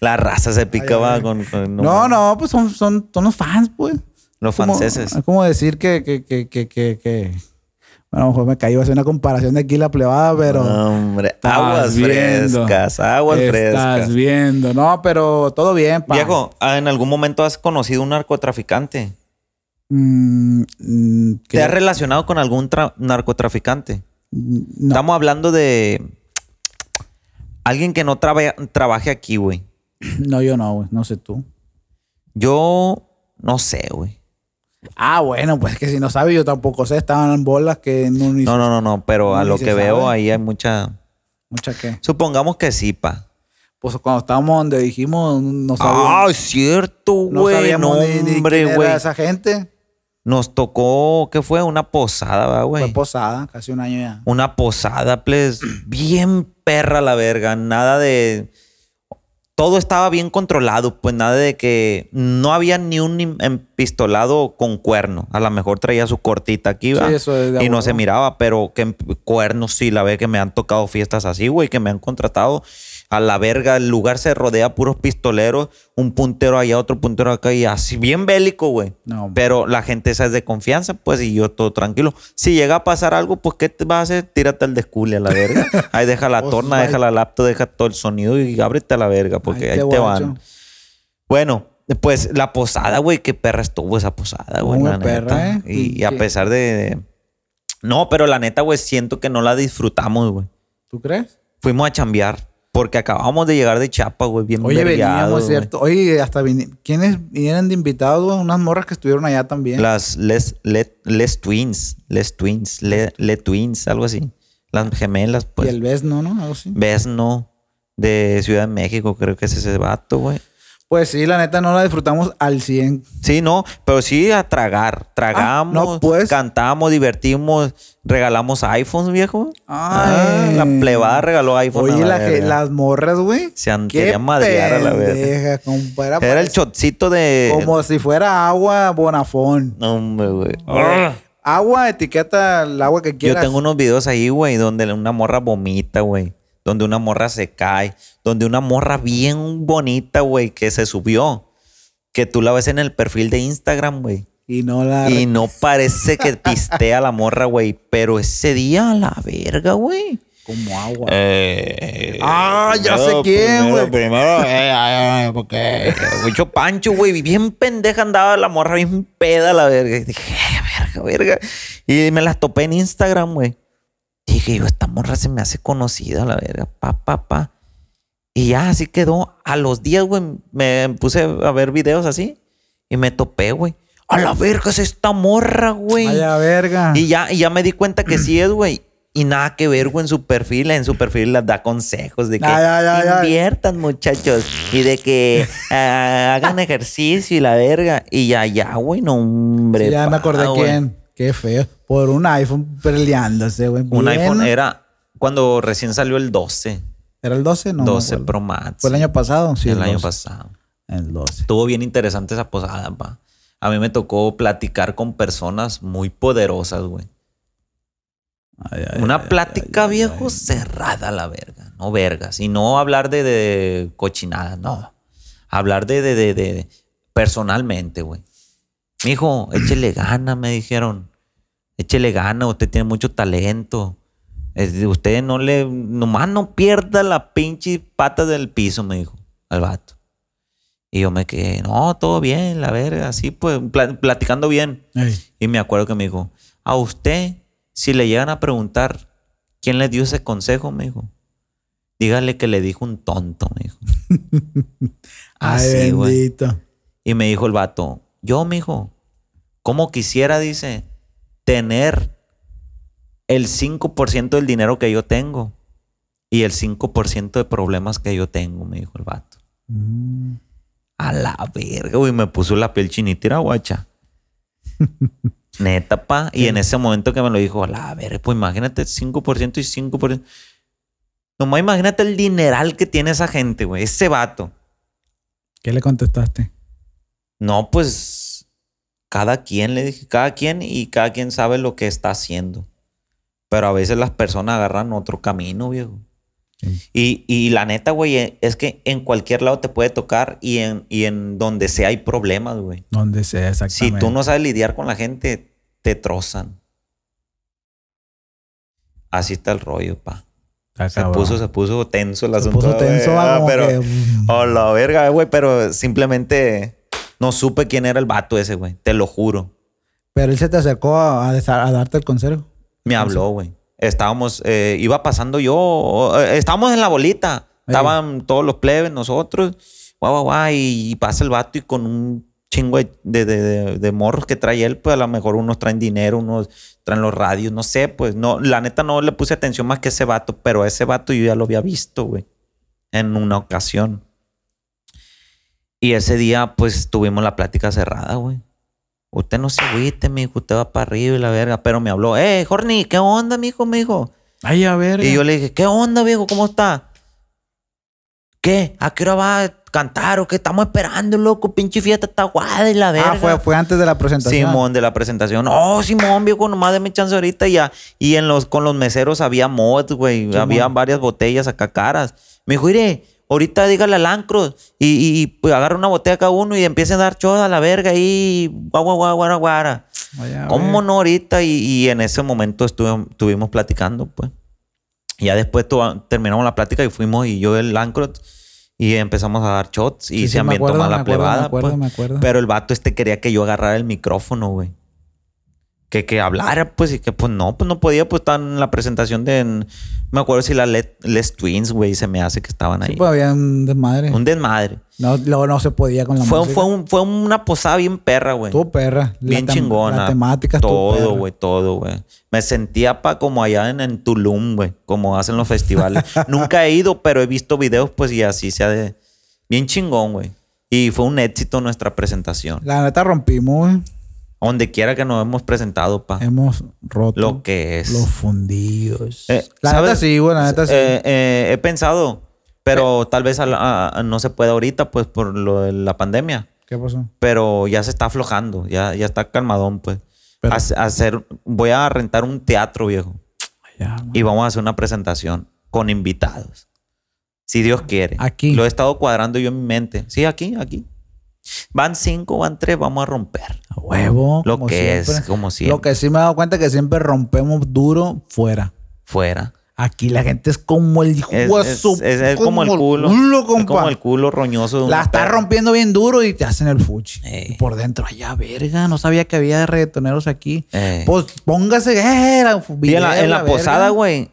C: La raza se picaba con... con-
B: No, no, pues son, son, son los fans pues.
C: Los
B: Como-
C: franceses.
B: Es como decir que... que, que, que, que, que- Bueno, a lo mejor me caí, va a hacer una comparación de aquí la plebada, pero...
C: Ah, Hombre,
B: Estás
C: aguas
B: viendo.
C: frescas, aguas frescas.
B: Estás viendo. No, pero todo bien, pa.
C: Viejo, ¿ah, ¿en algún momento has conocido un narcotraficante?
B: Mm, mm,
C: ¿Te has
B: creo-
C: relacionado con algún tra- narcotraficante?
B: no.
C: Estamos hablando de alguien que no trabe- trabaje aquí, güey.
B: No, yo no, güey. No sé tú.
C: Yo no sé, güey.
B: Ah, bueno, pues que si no sabes, yo tampoco sé. Estaban en bolas que no ni
C: No, no, no, no, pero
B: No,
C: a
B: ni
C: lo
B: se
C: que veo
B: sabe.
C: ahí hay mucha...
B: mucha que.
C: Supongamos que sí, pa.
B: Pues cuando estábamos donde dijimos, no
C: Ah,
B: sabíamos.
C: es cierto,
B: no
C: güey. No,
B: sabíamos ni, ni quién
C: hombre,
B: era
C: güey.
B: esa gente.
C: Nos tocó, ¿qué fue? Una posada, ¿verdad, güey.
B: Fue posada, casi un año ya.
C: Una posada, please. Bien perra la verga. Nada de. Todo estaba bien controlado, pues nada de que no había ni un em- empistolado con cuerno. A lo mejor traía su cortita aquí,
B: Sí,
C: ¿va?
B: eso es de
C: y no
B: acuerdo.
C: se miraba, pero que em- cuernos sí, la vez que me han tocado fiestas así, güey, que me han contratado a la verga. El lugar se rodea puros pistoleros, un puntero allá, otro puntero acá y así, bien bélico, güey.
B: No.
C: Pero la gente esa es de confianza, pues, y yo todo tranquilo. Si llega a pasar algo, pues, ¿qué te vas a hacer? Tírate al descule a la verga. Ahí deja la
B: Pues,
C: torna,
B: ahí-
C: deja la laptop, deja todo el sonido y ábrete a la verga, porque
B: Ay,
C: ahí
B: qué
C: te
B: guacho.
C: van. Bueno, Pues la posada, güey, qué perra estuvo esa posada, güey.
B: Muy
C: la
B: perra,
C: neta.
B: ¿eh?
C: Y,
B: Y
C: a
B: que-
C: pesar de, de- No, pero la neta, güey, siento que no la disfrutamos, güey.
B: ¿Tú crees?
C: Fuimos a chambear porque acabamos de llegar de Chapa, güey, bien
B: Oye,
C: vergueados,
B: veníamos,
C: güey.
B: ¿cierto? Oye, hasta vin- ¿Quiénes vinieron de invitados? güey? Unas morras que estuvieron allá también.
C: Las Les, les, les Twins, Les Twins, Les, Twins, algo así. Las gemelas, pues.
B: y el Bes, ¿no? ¿no? Algo así.
C: Vesno de Ciudad de México, creo que es ese vato, güey.
B: Pues sí, la neta no la disfrutamos al 100.
C: Sí, no, pero sí a tragar. Tragamos,
B: Ah, no, pues.
C: cantamos, divertimos, regalamos iPhones, viejo. Ah,
B: Ay.
C: la plebada regaló iPhone. a
B: Oye,
C: la
B: la que-
C: verga.
B: las morras, güey.
C: Se han-
B: Qué
C: querían madrear a la verga.
B: pendeja, compa, era
C: Era el
B: parecido-
C: chotcito de.
B: Como si fuera agua bonafón.
C: No, hombre, güey.
B: Ah,
C: Arr.
B: Agua, etiqueta el agua que
C: Yo
B: quieras.
C: tengo unos videos ahí, güey, donde una morra vomita, güey. Donde una morra se cae. Donde una morra bien bonita, güey, que se subió. Que tú la ves en el perfil de Instagram, güey.
B: Y no la...
C: Y no parece que pistea la morra, güey. Pero ese día, a la verga, güey.
B: Como agua.
C: Eh,
B: Ah, ya sé quién, güey.
C: Primero, eh, ay, ay, porque. Mucho pancho, güey. Bien pendeja andaba la morra, bien peda la verga. Y dije, "Eh, verga, verga. Y me las topé en Instagram, güey. Dije, yo, esta morra se me hace conocida, la verga. Pa, pa, pa. Y ya así quedó. A los días, güey, me puse a ver videos así. Y me topé, güey. A la verga es esta morra, güey.
B: Ay, la verga.
C: Y ya, y ya me di cuenta que sí es, güey. Y nada que ver, güey, en su perfil. En su perfil les da consejos de que
B: Ay, ay, ay, ay.
C: inviertan, muchachos. Y de que ah, hagan ejercicio y la verga. Y ya, ya, güey, no, hombre.
B: Sí, ya me
C: pa,
B: acordé
C: güey.
B: quién. Qué feo. Por un iPhone peleándose, güey.
C: Un
B: Bien.
C: iPhone era cuando recién salió el 12.
B: ¿Era el 12? No. me
C: 12
B: acuerdo.
C: Pro Max.
B: ¿Fue el año pasado? Sí,
C: pues. El año
B: 12.
C: pasado.
B: El 12.
C: Estuvo bien interesante esa posada, pa. A mí me tocó platicar con personas muy poderosas, güey. Una plática, viejo, cerrada a la verga. No vergas. Y no hablar de, de cochinadas, no. Hablar de, de, de, de- personalmente, güey. Mijo, échele gana, me dijeron. Échele gana, usted tiene mucho talento. Es de- Usted no le. Nomás no pierda la pinche pata del piso, me dijo al vato. Y yo me quedé, no, todo bien, la verga, así pues, pla- platicando bien.
B: Ey.
C: Y me acuerdo que me dijo, a usted, si le llegan a preguntar quién le dio ese consejo, me dijo, dígale que le dijo un tonto, me dijo.
B: Ay,
C: Así, Ah, güey.
B: bendito.
C: Y me dijo el vato, yo, mijo, como quisiera, dice, tener el 5% del dinero que yo tengo y el 5% de problemas que yo tengo, me dijo el vato. A la verga, güey, me puso la piel chinitera, guacha. Neta, pa. Y en ese momento que me lo dijo, a la verga, pues imagínate 5% y 5%. Nomás imagínate el dineral que tiene esa gente, güey, ese vato.
B: ¿Qué le contestaste?
C: No, pues cada quien, le dije, cada quien y cada quien sabe lo que está haciendo. Pero a veces las personas agarran otro camino, viejo. Y, y la neta, güey, e- es que en cualquier lado te puede tocar y en, y en donde sea hay problemas, güey.
B: Donde sea,
C: Si
B: exactamente.
C: tú no sabes lidiar con la gente, te trozan. Así está el rollo, pa.
B: Está
C: Se
B: cabrón.
C: puso, se puso tenso el
B: Se
C: asunto.
B: puso tenso,
C: güey.
B: va,
C: Ah,
B: como
C: pero,
B: que, mm.
C: a la verga, güey, pero simplemente no supe quién era el vato ese, güey. Te lo juro.
B: Pero él se te acercó a, a desa- a darte el consejo.
C: Me habló, güey. Estábamos, eh, iba pasando yo, eh, estábamos en la bolita. Estaban todos los plebes, nosotros, guau, guau, guau, y pasa el vato y con un chingo de, de- de- de- de morros que trae él, pues a lo mejor unos traen dinero, unos traen los radios, no sé, pues no, la neta no le puse atención más que ese vato, pero a ese vato yo ya lo había visto, güey, en una ocasión. Y ese día, pues, tuvimos la plática cerrada, güey. Usted no se agüite, mijo. Usted va para arriba y la verga. Pero me habló, eh, Jorni, ¿qué onda, mijo, mijo?
B: Ay, a ver.
C: Y yo le dije, ¿qué onda, viejo? ¿Cómo está? ¿Qué? ¿A qué hora va a cantar o qué? Estamos esperando, loco. Pinche fiesta está guada y la verga.
B: ah, fue, fue antes de la presentación.
C: Simón de la presentación. Oh, Simón, viejo, nomás deme chance ahorita y ya. Y en los, con los meseros había mod, güey. Había varias botellas acá caras. Me dijo, mire, ahorita dígale al Ancros y, y, y, pues, agarra una botella cada uno y empiecen a dar choda a la verga ahí. Guau, guau, guau, guara, guara.
B: Ay, a
C: ¿Cómo
B: ver.
C: no ahorita? Y, y en ese momento estuve- estuvimos platicando, pues. Ya después tu- terminamos la plática y fuimos y yo el Ancros y, Y empezamos a dar shots y
B: Sí, sí,
C: se
B: me
C: ambientó
B: acuerdo,
C: más
B: me
C: la
B: acuerdo, me
C: plebada.
B: acuerdo,
C: pues.
B: me acuerdo.
C: Pero el vato este quería que yo agarrara el micrófono, güey. Que, que hablara, pues, y que pues no, pues no podía, pues estaban en la presentación de. en- me acuerdo si la Les, Les Twins, güey, se me hace que estaban ahí.
B: Sí, pues había un desmadre.
C: un desmadre.
B: No, luego no se podía con la
C: Fue,
B: música.
C: fue, un- fue una posada bien perra, güey.
B: Tú, perra. La
C: Bien
B: tem-
C: chingona.
B: La temática estuvo perra.
C: Todo, güey, todo, güey. Me sentía pa como allá en, en Tulum, güey, como hacen los festivales. Nunca he ido, pero he visto videos, pues, y así sea de. Bien chingón, güey. Y fue un éxito nuestra presentación.
B: La neta rompimos, güey.
C: Donde quiera que nos hemos presentado, pa.
B: Hemos roto
C: Ah. Lo que es.
B: los fundidos.
C: Eh,
B: la neta
C: ¿sabes?
B: sí, güey, la neta sí. Eh.
C: Eh, eh, he pensado, pero tal vez a la- a- a- no se puede ahorita, pues, por lo de la pandemia.
B: ¿Qué pasó?
C: pero ya se está aflojando, ya, ya está calmadón, pues.
B: Pero-
C: Hace- hacer, voy a rentar un teatro, viejo, y vamos a hacer una presentación con invitados. Si Dios quiere.
B: Aquí.
C: Lo he estado cuadrando yo en mi mente. Sí, aquí, aquí. Van cinco, van tres, vamos a romper.
B: A huevo.
C: Lo
B: como
C: que es,
B: siempre.
C: como siempre.
B: Lo que sí me he dado cuenta es que siempre rompemos duro fuera.
C: Fuera.
B: Aquí la gente es como el hijo
C: Es,
B: de
C: es-
B: su-
C: es- es como el culo. es
B: compa.
C: como el culo roñoso. de
B: la
C: una
B: está
C: perra.
B: rompiendo bien duro y te hacen el fuchi.
C: Ey.
B: Y por dentro, allá, verga. No sabía que había reggaetoneros aquí.
C: Ey.
B: Pues póngase, eh, la fu-
C: Y en la,
B: video,
C: en la
B: verga.
C: posada, güey.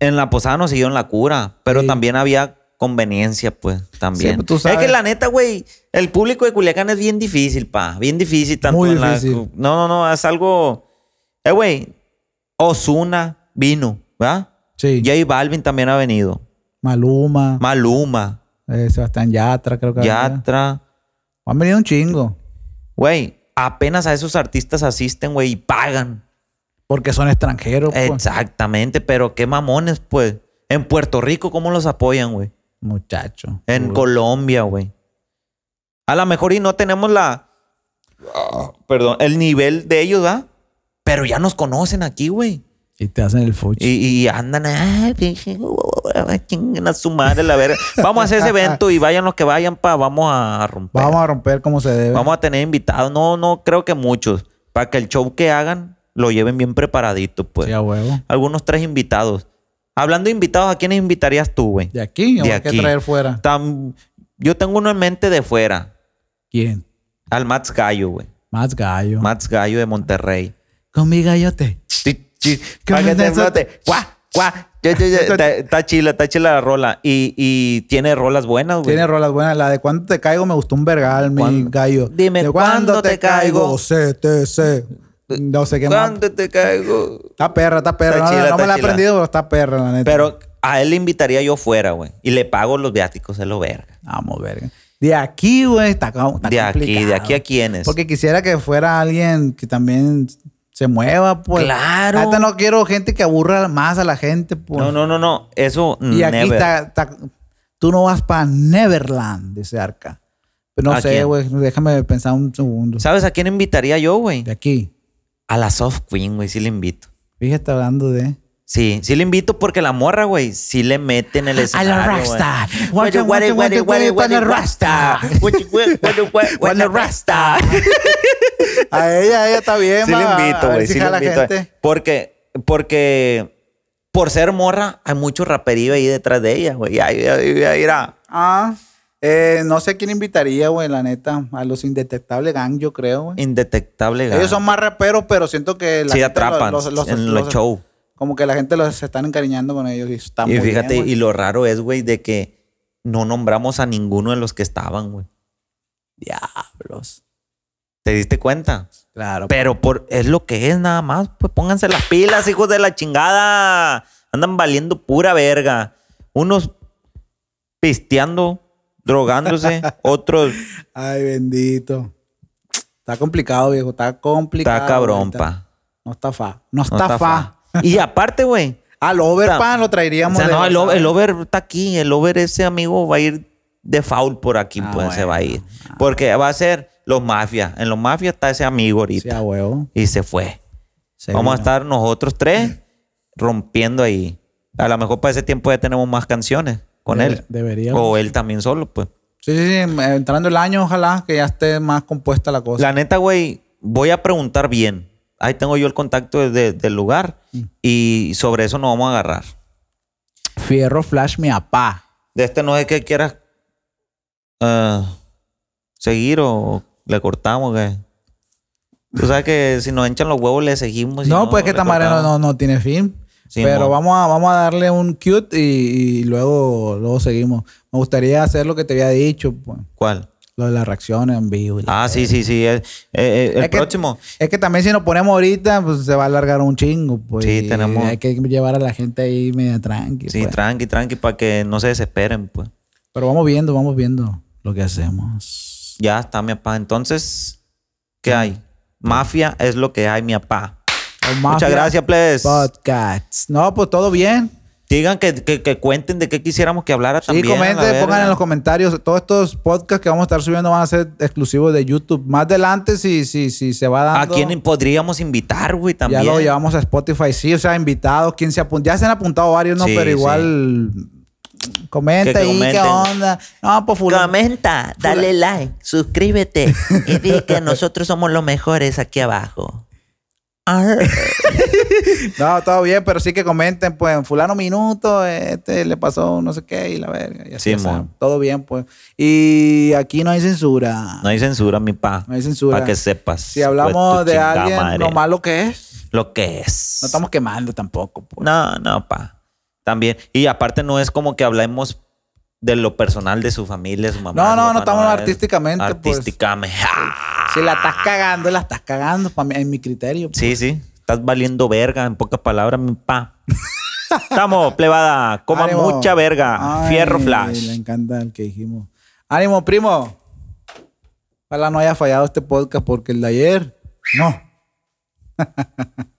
C: En la posada nos siguieron la cura, pero
B: Sí.
C: también había conveniencia, pues, también.
B: Sí, pues, tú
C: Es
B: sabes.
C: que la neta, güey, el público de Culiacán es bien difícil, pa. Bien difícil. Tanto
B: Muy
C: en la-
B: difícil.
C: no, no, no, es algo... Eh, güey, Osuna vino, ¿verdad?
B: Sí.
C: J Balvin también ha venido.
B: Maluma,
C: Maluma,
B: eh, Sebastián Yatra, creo que. había.
C: Yatra.
B: Han venido un chingo.
C: Güey, apenas a esos artistas asisten, güey, y pagan.
B: Porque son extranjeros. pues.
C: Exactamente, pero qué mamones, pues. En Puerto Rico, ¿cómo los apoyan, güey?
B: Muchacho.
C: En Colombia, güey. A lo mejor y no tenemos la. Ah, Perdón, el nivel de ellos, ¿ah? Pero ya nos conocen aquí, güey.
B: Y te hacen el fuchi.
C: Y, y andan, ay, pinche, uh, uh, uh, chinguen a su madre, la verga. Vamos a hacer ese evento y vayan los que vayan, pa, vamos a romper.
B: Vamos
C: Vamos
B: a romper como se
C: a,
B: debe.
C: tener invitados. No, no, creo que muchos. Para que el show que hagan lo lleven bien preparadito, pues.
B: Sí, a huevo.
C: Algunos tres invitados. Hablando de invitados, ¿a quiénes invitarías tú, güey?
B: De aquí,
C: De
B: hay que
C: aquí.
B: traer fuera.
C: Tam- yo tengo uno en mente de fuera.
B: ¿Quién?
C: Al Mats Gallo, güey.
B: Más gallo.
C: Mats Gallo de Monterrey.
B: Con mi gallote.
C: Chi, chi, pa' que te flote. Guá, guá. Yo, yo, yo. Está está chila, está chila la rola. Y, y tiene rolas buenas, güey.
B: Tiene rolas buenas. La de cuando te caigo me gustó un vergal, mi
C: ¿Cuándo?
B: gallo.
C: Dime,
B: de
C: ¿cuándo te caigo?
B: CTC. No sé qué más.
C: ¿Cuándo te caigo?
B: Está perra, está perra.
C: Está
B: no,
C: chila,
B: no me
C: está
B: la he
C: chila.
B: aprendido, pero está perra, la neta.
C: Pero a él le invitaría yo fuera, güey. Y le pago los viáticos, es lo verga.
B: Vamos, verga. De aquí, güey, está, ca- está
C: De aquí,
B: complicado.
C: de aquí a quiénes.
B: Porque quisiera que fuera alguien que también se mueva, pues.
C: Claro.
B: Ahorita no quiero gente que aburra más a la gente, pues.
C: No, no, no, no. Eso,
B: Y aquí
C: never.
B: está, está- Tú no vas para Neverland, dice Arca. Pero no
C: ¿A
B: sé,
C: quién?
B: güey. Déjame pensar un segundo.
C: ¿Sabes a quién invitaría yo, güey?
B: De aquí.
C: A la Soft Queen, güey. Sí le invito.
B: Fíjate hablando de.
C: Sí, sí le invito porque la morra, güey, sí le mete en el escenario.
B: la
C: güey.
B: Rasta.
C: What you- what you- what you- what you- what you-
B: Rasta.
C: what you- what you- what you- what you- what you- Rasta.
B: A ella, a ella está bien,
C: Sí le
B: va, a
C: invito,
B: ver
C: güey.
B: si
C: Sí le
B: jala
C: invito. eh.
B: gente.
C: Porque, porque por ser morra, hay mucho raperío ahí detrás de ella, güey. Ay, ay, ay, mira.
B: Ah, eh, no sé a quién invitaría, güey, la neta. A los indetectables gang, yo creo, güey.
C: Indetectable.
B: Ellos son más raperos, pero siento que la
C: Sí,
B: gente
C: atrapan
B: los- los-
C: en
B: los-
C: los show.
B: Como que la gente los se están encariñando con ellos y están
C: Y
B: muy
C: fíjate,
B: bien, güey.
C: y lo raro es, güey, de que no nombramos a ninguno de los que estaban, güey.
B: Diablos.
C: ¿Te diste cuenta?
B: Claro.
C: Pero por, es lo que es nada más. Pues pónganse las pilas, hijos de la chingada. Andan valiendo pura verga. Unos pisteando, drogándose, otros
B: Ay, bendito. Está complicado, viejo. Está complicado.
C: está cabrón,
B: ahorita.
C: pa.
B: No está fa. No
C: No
B: está, fa.
C: Y aparte, güey.
B: Al
C: Está-
B: overpan lo
C: O
B: traeríamos.
C: sea,
B: de
C: no, el,
B: WhatsApp.
C: o- el over está aquí. El over ese amigo va a ir de foul por aquí,
B: Ah,
C: pues se
B: bueno.
C: va a ir. Porque va a ser los mafias. En los mafias está ese amigo
B: Sí, a
C: ahorita.
B: huevo.
C: y se fue.
B: Se
C: Vamos a
B: vino.
C: estar nosotros tres rompiendo ahí. A lo mejor para ese tiempo ya tenemos más canciones con
B: Debe-
C: él.
B: deberíamos.
C: O él también solo, pues.
B: Sí, sí, sí. Entrando el año, ojalá que ya esté más compuesta la cosa.
C: La neta, güey, voy a preguntar bien. Ahí tengo yo el contacto de- de- del lugar
B: Mm.
C: y sobre eso nos vamos a agarrar.
B: Fierro Flash, mi apá.
C: De este no es que quieras ah, seguir o le cortamos, güey? Tú sabes que si nos hinchan los huevos le seguimos. y
B: no, pues que
C: le
B: Tamara no,
C: cortamos.
B: no, no tiene fin.
C: Sí,
B: pero
C: mo.
B: vamos a, vamos a darle un cute y, y luego, luego seguimos. Me gustaría hacer lo que te había dicho, pues,
C: ¿Cuál?
B: lo de las reacciones en vivo. y la-
C: Ah, sí, sí, sí. eh, eh, el
B: Es que-
C: próximo.
B: Es que también si nos ponemos ahorita, pues se va a alargar un chingo. Pues,
C: Sí,
B: y
C: tenemos-
B: Hay que llevar a la gente ahí media tranqui.
C: Sí,
B: pues.
C: tranqui, tranqui, para que no se desesperen, pues.
B: pero vamos viendo, vamos viendo lo que hacemos.
C: Ya está, mi papá. Entonces, ¿qué hay? Mafia es lo que hay, mi papá.
B: Con Mafia
C: Muchas gracias, plebes.
B: Podcast. No, pues todo bien.
C: Digan que, que- que cuenten de qué quisiéramos que hablara
B: Sí,
C: también. a la
B: comenten,
C: verga.
B: pongan en los comentarios. Todos estos podcasts que vamos a estar subiendo van a ser exclusivos de YouTube. Más adelante, si, si, si se va
C: ¿A
B: dando.
C: quién podríamos invitar, güey, también?
B: Ya lo llevamos a Spotify, sí, o sea, invitados, quien se apun- Ya se han apuntado varios, ¿no?
C: Sí,
B: Pero igual. Comenta
C: Que
B: ahí, ¿qué
C: comenten.
B: onda? No, pues fulano.
E: Comenta, dale like, suscríbete y di que nosotros somos los mejores aquí abajo. Arr.
B: No, todo bien, pero sí que comenten, pues, en fulano minuto, este le pasó no sé qué y la verga. y así,
C: Sí,
B: o sea,
C: mon.
B: todo bien, pues. Y aquí no hay censura.
C: No hay censura, mi pa.
B: No hay censura.
C: Para que sepas.
B: si hablamos
C: Pues, tu
B: de
C: chingada
B: alguien,
C: madre.
B: lo malo que es,
C: Lo que es.
B: no estamos quemando tampoco, pues.
C: No, no, pa. También. Y aparte no es como que hablemos de lo personal de su familia, su mamá.
B: No, no,
C: su papá,
B: no, estamos
C: es-
B: artísticamente, pues.
C: Artísticamente. ¡Ah!
B: Si la estás cagando, la estás cagando, pa' mí- en mi criterio. pues.
C: Sí, sí. Estás valiendo verga, en pocas palabras, mi pa. Estamos, plebada. Coman
B: Ánimo.
C: mucha verga.
B: Ay,
C: Fierro
B: Le
C: flash.
B: encanta el que dijimos. Ánimo, primo. Ojalá no haya fallado este podcast porque el de ayer, no.